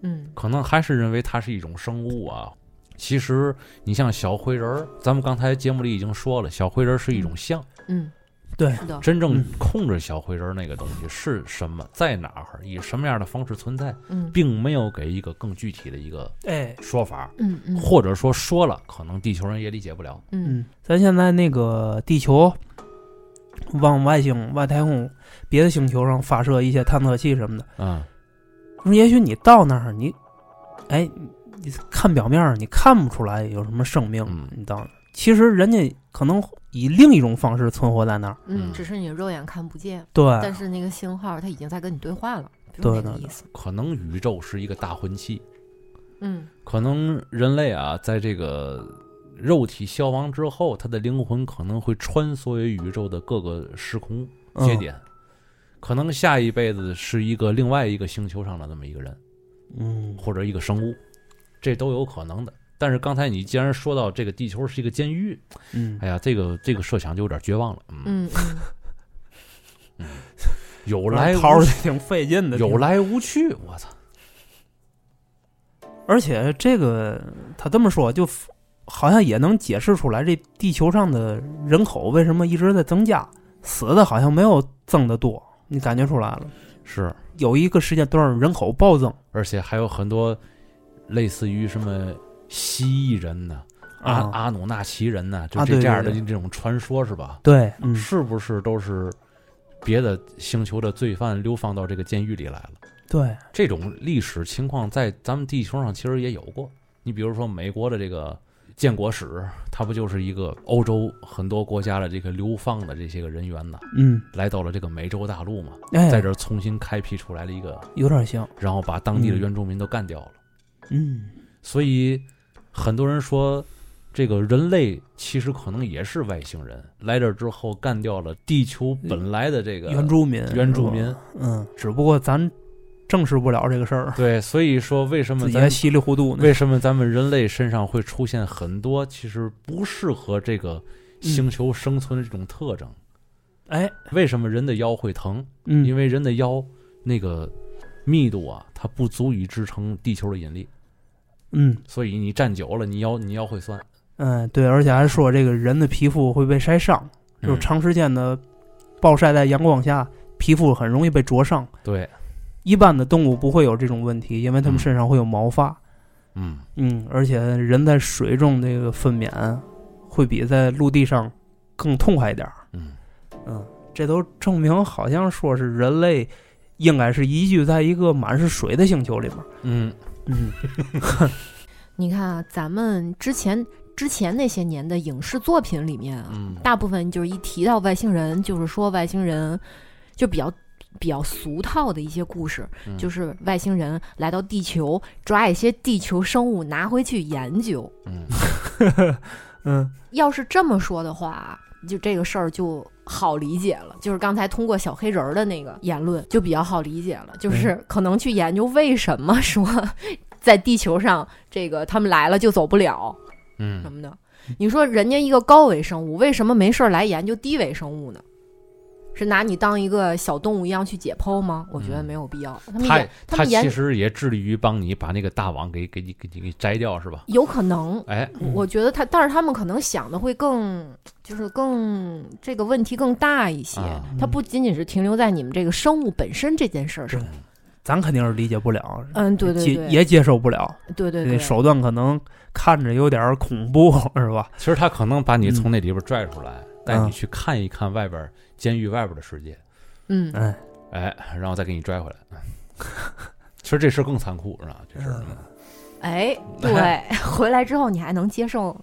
S2: 嗯
S1: 可能还是认为它是一种生物啊。其实你像小灰人儿，咱们刚才节目里已经说了，小灰人儿是一种像，
S2: 嗯，
S3: 对
S2: 是的，
S1: 真正
S3: 嗯
S1: 控制小灰人儿那个东西是什么，在哪儿，以什么样的方式存在，
S2: 嗯
S1: 并没有给一个更具体的一个
S3: 哎，
S1: 说法，
S2: 嗯嗯
S1: 或者说说了，可能地球人也理解不了。
S2: 嗯
S3: 嗯，咱现在那个地球往外星、外太空、别的星球上发射一些探测器什么的，
S1: 嗯，
S3: 就是也许你到那儿，你，哎，你看表面儿你看不出来有什么生命，
S1: 嗯
S3: 你到那儿，其实人家可能以另一种方式存活在那儿，
S2: 嗯，
S1: 嗯
S2: 只是你肉眼看不见，
S3: 对，
S2: 但是那个信号它已经在跟你对话了，就
S3: 哎对
S2: 是那
S3: 对
S2: 个
S3: 对
S2: 意思。
S1: 可能宇宙是一个大混器，
S2: 嗯
S1: 可能人类啊，在这个肉体消亡之后，他的灵魂可能会穿梭于宇宙的各个时空
S3: 嗯
S1: 节点，可能下一辈子是一个另外一个星球上的那么一个人
S3: 嗯，
S1: 或者一个生物。这都有可能的。但是刚才你既然说到这个地球是一个监狱，
S3: 嗯
S1: 哎呀，这个这个设想就有点绝望了。嗯，
S2: 嗯，嗯
S1: 有来无
S3: 掏着挺费劲的，
S1: 有来无去，我操！
S3: 而且这个他这么说，就 f- 好像也能解释出来，这地球上的人口为什么一直在增加，死的好像没有增的多，你感觉出来了？
S1: 是，
S3: 有一个时间段人口暴增
S1: 而且还有很多类似于什么蜥蜴人呢、阿、
S3: 啊，
S1: 阿努纳奇人呢、就
S3: 啊
S1: 这
S3: 对
S1: 这样
S3: 对
S1: 的
S3: 对
S1: 这种传说，是吧？
S3: 对，嗯，
S1: 是不是都是别的星球的罪犯流放到这个监狱里来了？
S3: 对，
S1: 这种历史情况在咱们地球上其实也有过。你比如说美国的这个建国史，它不就是一个欧洲很多国家的这个流放的这些个人员呢，
S3: 嗯，
S1: 来到了这个美洲大陆嘛，
S3: 哎，
S1: 在这儿重新开辟出来了一个，
S3: 有点像，
S1: 然后把当地的原住民都干掉了。
S3: 嗯，
S1: 所以很多人说，这个人类其实可能也是外星人来这儿之后干掉了地球本来的这个
S3: 原住民，
S1: 原住民
S3: 是。吧，嗯，只不过咱正视不了这个事儿，
S1: 对，所以说为什么
S3: 自己
S1: 咱
S3: 还稀里糊涂呢，
S1: 为什么咱们人类身上会出现很多其实不适合这个星球生存的这种特征？
S3: 哎，
S1: 为什么人的腰会疼？
S3: 嗯，
S1: 因为人的腰那个密度啊，它不足以支撑地球的引力，
S3: 嗯。
S1: 所以你站久了，你腰你腰会酸。
S3: 嗯，对，而且还说这个人的皮肤会被晒伤，就
S1: 嗯
S3: 是长时间的暴晒在阳光下，皮肤很容易被灼伤。
S1: 嗯对，
S3: 一般的动物不会有这种问题，因为它们身上会有毛发。
S1: 嗯，
S3: 嗯，而且人在水中这个分娩会比在陆地上更痛快一点儿。
S1: 嗯
S3: 嗯，这都证明好像说是人类应该是移居在一个满是水的星球里面。
S1: 嗯，
S3: 嗯，
S2: 你看啊，咱们之前之前那些年的影视作品里面啊，
S1: 嗯
S2: 大部分就是一提到外星人，就是说外星人就比较比较俗套的一些故事，
S1: 嗯
S2: 就是外星人来到地球，抓一些地球生物拿回去研究。
S1: 嗯，
S3: 嗯，
S2: 要是这么说的话，就这个事儿就好理解了。就是刚才通过小黑人儿的那个言论，就比较好理解了。就是可能去研究为什么说 在地球上这个他们来了就走不了什
S1: 嗯，
S2: 么的。你说人家一个高维生物，为什么没事儿来研究低维生物呢？是拿你当一个小动物一样去解剖吗？我觉得
S1: 嗯
S2: 没有必要。他们
S1: 他
S2: 研，他
S1: 他
S2: 们
S1: 其
S2: 研
S1: 实也致力于帮你把那个大网给给你给你给摘掉，是吧？
S2: 有可能，
S1: 哎，
S2: 我觉得他，但是他们可能想的会更，就是更这个问题更大一些。
S1: 啊
S3: 嗯
S2: 它不仅仅是停留在你们这个生物本身这件事儿上
S3: 对。咱肯定是理解不了，
S2: 嗯，对对
S3: 接
S2: 对，
S3: 也接受不了。
S2: 对对
S3: 这
S2: 对，
S3: 手段可能看着有点儿恐怖，是吧？
S1: 其实他可能把你
S2: 嗯
S1: 从那里边拽出来，带
S3: 啊
S1: 你去看一看外边儿监狱外边儿的世界，
S2: 嗯，
S3: 哎，
S1: 哎，然后再给你拽回来。 其实这事儿更残酷，是吧？这事儿，
S2: 嗯哎，对，回来之后你还能接受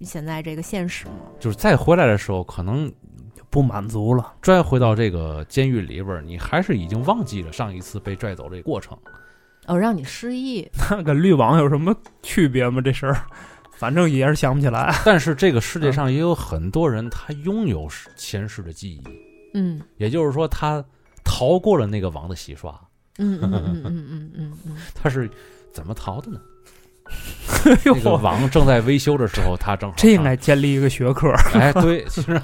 S2: 现在这个现实吗？
S1: 就是再回来的时候，可能
S3: 不满足了。
S1: 拽回到这个监狱里边儿，你还是已经忘记了上一次被拽走这个过程。
S2: 哦，让你失忆，
S3: 那跟滤网有什么区别吗？这事儿，反正也是想不起来。哎
S1: 但是这个世
S2: 嗯
S1: 界上也有很多人，他拥有前世的记忆，
S2: 嗯
S1: 也就是说，他逃过了那个网的洗刷。
S2: 嗯嗯嗯嗯嗯嗯嗯，
S1: 他是怎么逃的呢？
S3: 哟
S1: 那个网正在维修的时候，他正好
S3: 这应该建立一个学科。
S1: 哎，对，其实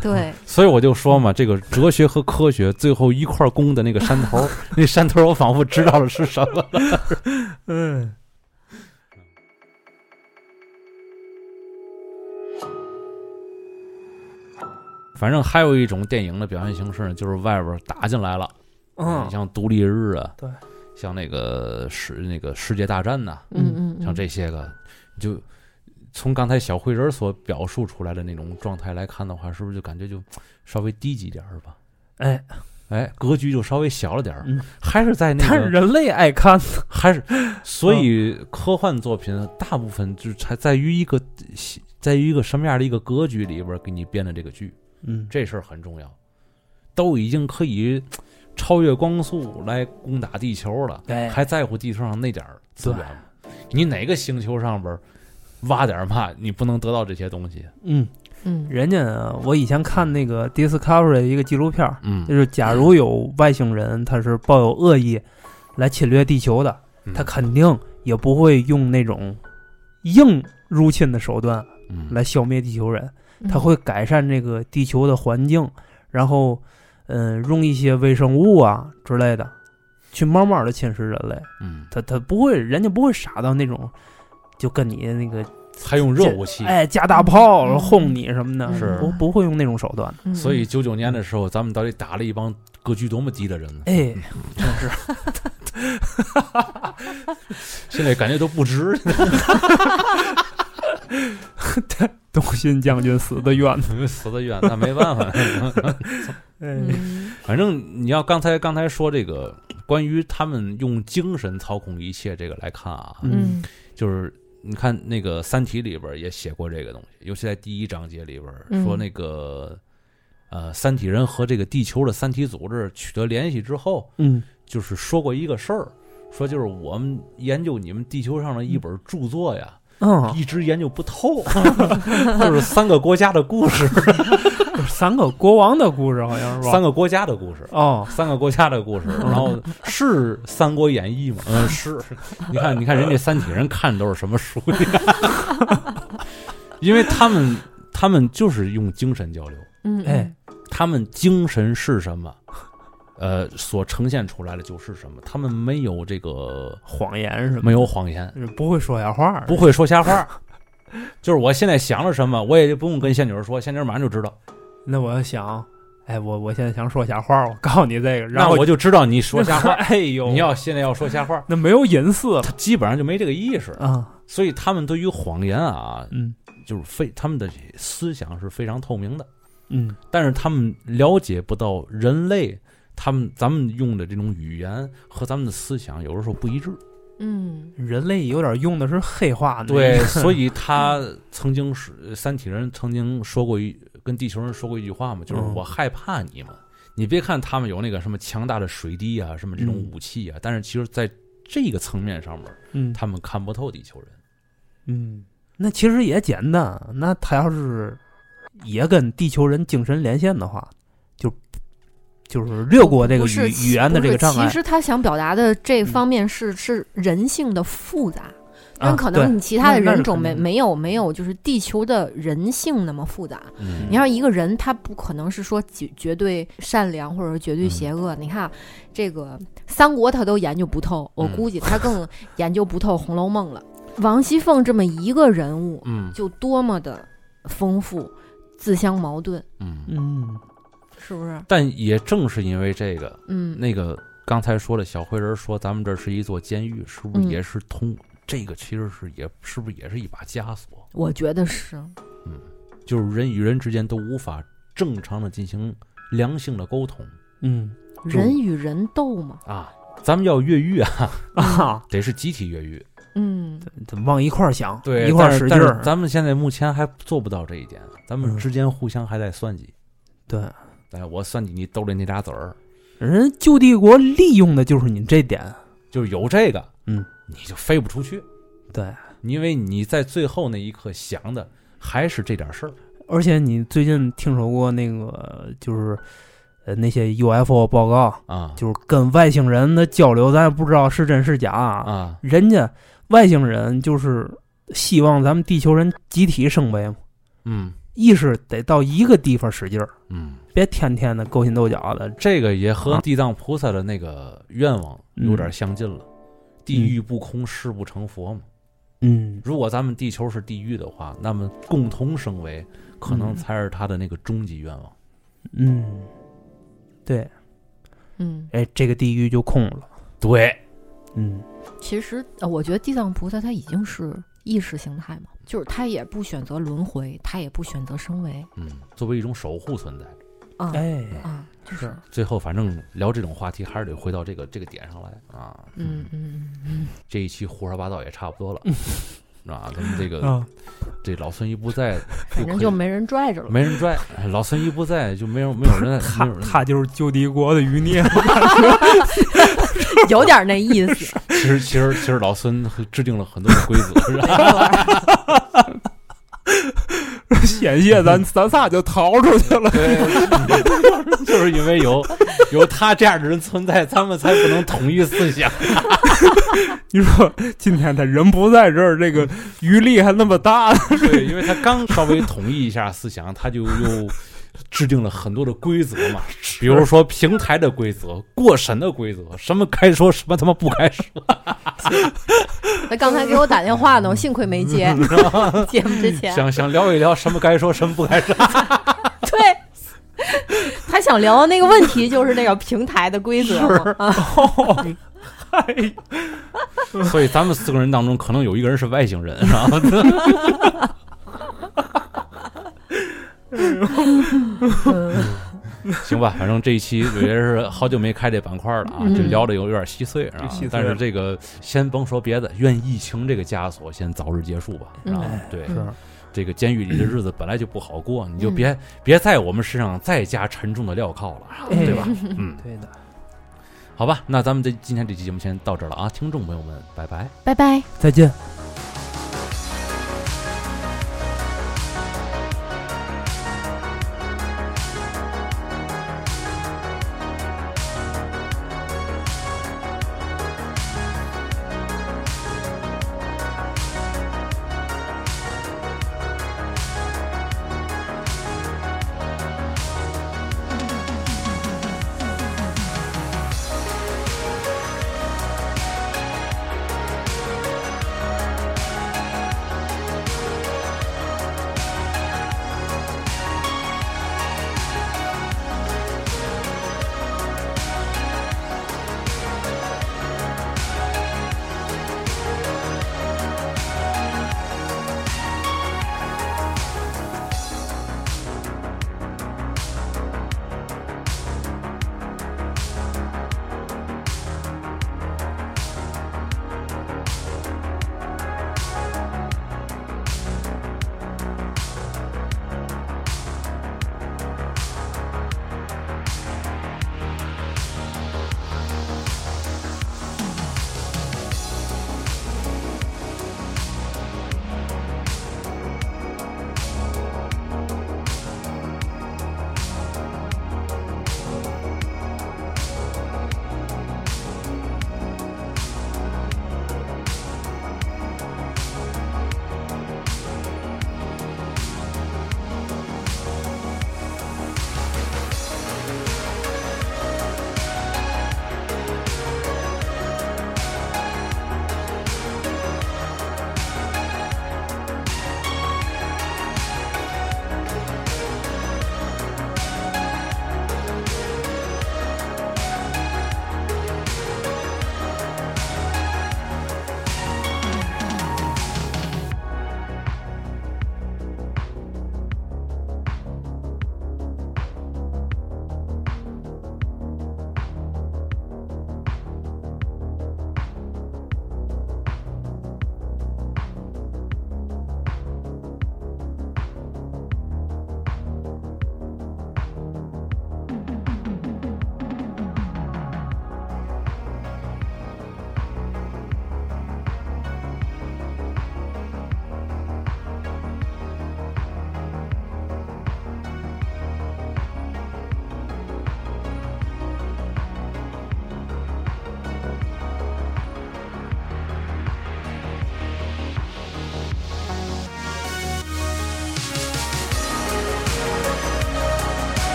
S2: 对，
S1: 所以我就说嘛，这个哲学和科学最后一块儿攻的那个山头儿，那山头儿我仿佛知道了是什么。
S3: 嗯，
S1: 反正还有一种电影的表现形式呢，就是外边儿打进来了，
S3: 嗯
S1: 你哎像独立日啊，
S3: 对，
S1: 像那个世那个世界大战呐、
S2: 嗯嗯，
S1: 像这些个，你就从刚才小慧人所表述出来的那种状态来看的话，是不是就感觉就稍微低级点儿吧？
S3: 哎，
S1: 哎，格局就稍微小了点儿，
S3: 嗯
S1: 还是在那
S3: 但
S1: 个
S3: 是人类爱看，
S1: 还是，所以科幻作品大部分就是才在于一个，在于一个什么样的一个格局里边儿给你编的这个剧，
S3: 嗯，
S1: 这事儿很重要。都已经可以超越光速来攻打地球了，
S3: 哎
S1: 还在乎地球上那点儿资源吗？你哪个星球上边儿挖点儿嘛，你不能得到这些东西？
S3: 嗯，
S2: 嗯
S3: 人家我以前看那个 Discovery 一个纪录片儿，
S1: 嗯
S3: 就是假如有外星人他是抱有恶意来侵略地球的，
S1: 嗯
S3: 他肯定也不会用那种硬入侵的手段
S1: 嗯
S3: 来消灭地球人，
S2: 嗯
S3: 他会改善这个地球的环境，然后，嗯，用一些微生物啊之类的，去慢慢的侵蚀人类。
S1: 嗯，
S3: 他他不会，人家不会傻到那种，就跟你那个
S1: 他用热武器，
S3: 哎加大炮
S2: 嗯
S3: 轰你什么的，
S1: 是
S3: 不不会用那种手段的。
S2: 嗯
S1: 所以九九年的时候，咱们到底打了一帮格局多么低的人呢？
S3: 哎，真是
S1: 现在感觉都不 值。
S3: 东勋将军死的冤。
S1: 死的冤，那没办 法。
S3: 哎
S2: 嗯
S1: 反正你要刚才刚才说这个关于他们用精神操控一切这个来看啊，
S3: 嗯
S2: 嗯
S1: 就是你看那个《三体》里边也写过这个东西，尤其在第一章节里边
S2: 嗯
S1: 说那个、呃三体人和这个地球的三体组织取得联系之后，
S3: 嗯
S1: 就是说过一个事儿。说就是我们研究你们地球上的一本著作呀，
S3: 嗯，
S1: 一直研究不透， 就是三个国家的故事，
S3: 三个国王的故事好像是吧？
S1: 三个国家的故事，
S3: 哦，
S1: 三个国家的 故事，然后是《三国演义》吗？嗯，是。 你看，你看人家三体人看的都是什么书 呀？因为他们他们就是用精神交流，
S2: 嗯，
S3: 哎
S1: 他们精神是什么，呃，所呈现出来的就是什么。他们没有这个
S3: 谎言什么
S1: 没有谎言，
S3: 的，不会说瞎话，
S1: 不，会说瞎话。就是我现在想了什么，我也就不用跟仙女儿说，仙女儿马上就知道。
S3: 那我要想，哎，我我现在想说瞎话，我告 诉你这个，然
S1: 那
S3: 后
S1: 我就知道你说 瞎话。
S3: 哎呦，
S1: 你要现在要说瞎话，
S3: 那没有隐私 了
S1: 他基本上就没这个意识。
S3: 啊，
S1: 所以他们对于谎言啊，
S3: 嗯
S1: 就是非他们的思想是非常透明的，
S3: 嗯
S1: 但是他们了解不到人类，他们咱们用的这种语言和咱们的思想有的时候不一致。
S2: 嗯，
S3: 人类有点用的是黑话呢，
S1: 对，所以他曾经是三体人曾经说过一跟地球人说过一句话嘛，就是
S3: 嗯
S1: 我害怕你们。你别看他们有那个什么强大的水滴啊，什么这种
S3: 嗯
S1: 武器啊，但是其实在这个层面上面，
S3: 嗯
S1: 他们看不透地球人。
S3: 嗯，那其实也简单，那他要是也跟地球人精神连线的话，就就是略过这个
S2: 不是
S3: 语语言的这个障
S2: 不是
S3: 碍
S2: 其，实他想表达的这方面是、是人性的复杂，但可
S3: 啊
S2: 能你其他的
S3: 那那是
S2: 人种没
S3: 肯定的
S2: 没有没有就是地球的人性那么复杂。
S1: 嗯
S2: 你要是一个人，他不可能是说绝绝对善良或者绝
S1: 嗯
S2: 对邪恶。你看这个三国他都研究不透，我
S1: 嗯
S2: 估计他更研究不透《红楼梦》了。王熙凤这么一个人物，
S1: 嗯
S2: 就多么的丰富，自相矛盾，
S1: 嗯
S3: 对，嗯
S2: 是不是？
S1: 但也正是因为这个，
S2: 嗯，
S1: 那个刚才说的小灰人说咱们这是一座监狱，是不是
S2: 嗯
S1: 也是通？这个其实是也是不是也是一把枷锁？
S2: 我觉得是，
S1: 就是人与人之间都无法正常的进行良性的沟通
S3: 嗯
S1: 就
S2: 人与人斗嘛，
S1: 啊。咱们要越狱啊，
S3: 啊，
S1: 得是集体越 狱，
S2: 嗯，
S3: 怎么往一块儿想，一
S1: 但
S3: 块儿
S1: 是
S3: 使劲
S1: 但是
S3: 儿，
S1: 咱们现在目前还做不到这一点，咱们
S3: 嗯
S1: 之间互相还在算计。
S3: 对。
S1: 哎，我算计你兜里那俩子儿，
S3: 人家旧帝国利用的就是你这点，
S1: 就是有这个，
S3: 嗯，
S1: 你就飞不出去，
S3: 对，
S1: 因为你在最后那一刻想的还是这点事儿。
S3: 而且你最近听说过那个就是，呃，那些 UFO 报告，
S1: 啊，
S3: 就是跟外星人的交流，咱也不知道是真是假啊。
S1: 啊，
S3: 人家外星人就是希望咱们地球人集体升维嘛，
S1: 嗯
S3: 意识得到一个地方使劲儿，
S1: 嗯，
S3: 别天天的勾心斗角的。
S1: 这个也和地藏菩萨的那个愿望有点相近了。地狱不空，誓不成佛嘛。
S3: 嗯
S1: 如果咱们地球是地狱的话，那么共同升维可能
S3: 嗯
S1: 才是他的那个终极愿望。
S3: 嗯，对，
S2: 嗯，
S3: 哎，这个地狱就空了。
S1: 对，
S3: 嗯
S2: 其实呃我觉得地藏菩萨他已经是意识形态嘛，就是他也不选择轮回，他也不选择升维
S1: 嗯，作为一种守护存在。
S2: 啊
S3: 哎，
S2: 啊，就是是
S1: 最后，反正聊这种话题还是得回到这个这个点上来啊。
S2: 嗯，嗯嗯
S1: 这一期胡说八道也差不多了，
S3: 嗯
S1: 啊，咱们这
S5: 呃
S1: 个
S3: 啊，
S1: 这老孙一不在，
S2: 反正就没人拽着了。
S1: 没 人拽，老孙一不在就没有没有人没
S3: 他
S1: 有人
S3: 他就是旧帝国的余 孽。
S2: 有点那意 思，
S1: 其实，其实，其实老孙制定了很多的规则，是吧？
S3: 险些咱咱仨就逃出去了。
S1: 对，就是因为有有他这样的人存在，咱们才不能统一思想。
S3: 你说今天他人不在这儿，这个余力还那么大，
S1: 对，因为他刚稍微统一一下思想，他就又制定了很多的规则 嘛，比如说平台的规则、过审的规则，什么该说，什么他妈不该说。
S2: 他刚才给我打电话呢，我幸亏没 接。节目之前，
S1: 嗯想想聊一聊什么该说，什么不该说。
S2: 对，他想聊的那个问题就是那个平台的规则嘛啊，
S1: 所以咱们四个人当中，可能有一个人是外星人， 然后
S2: 哎
S1: 行吧，反正这一期我觉得是好久没开这板块了啊，
S2: 嗯
S1: 这聊的有有点稀碎啊
S3: 稀碎了。
S1: 但是这个先甭说别的，愿疫情这个枷锁先早日结束吧。
S2: 嗯嗯
S1: 然后对
S2: 是
S1: 这个监狱里的日子本来就不好过，你就别别在我们身上再加沉重的镣铐了，
S5: 哎
S1: 对吧？嗯，
S5: 对的，
S1: 好吧，那咱们这今天这期节目先到这儿了啊，听众朋友们，拜拜。
S2: 拜拜。
S5: 再见。
S3: 拜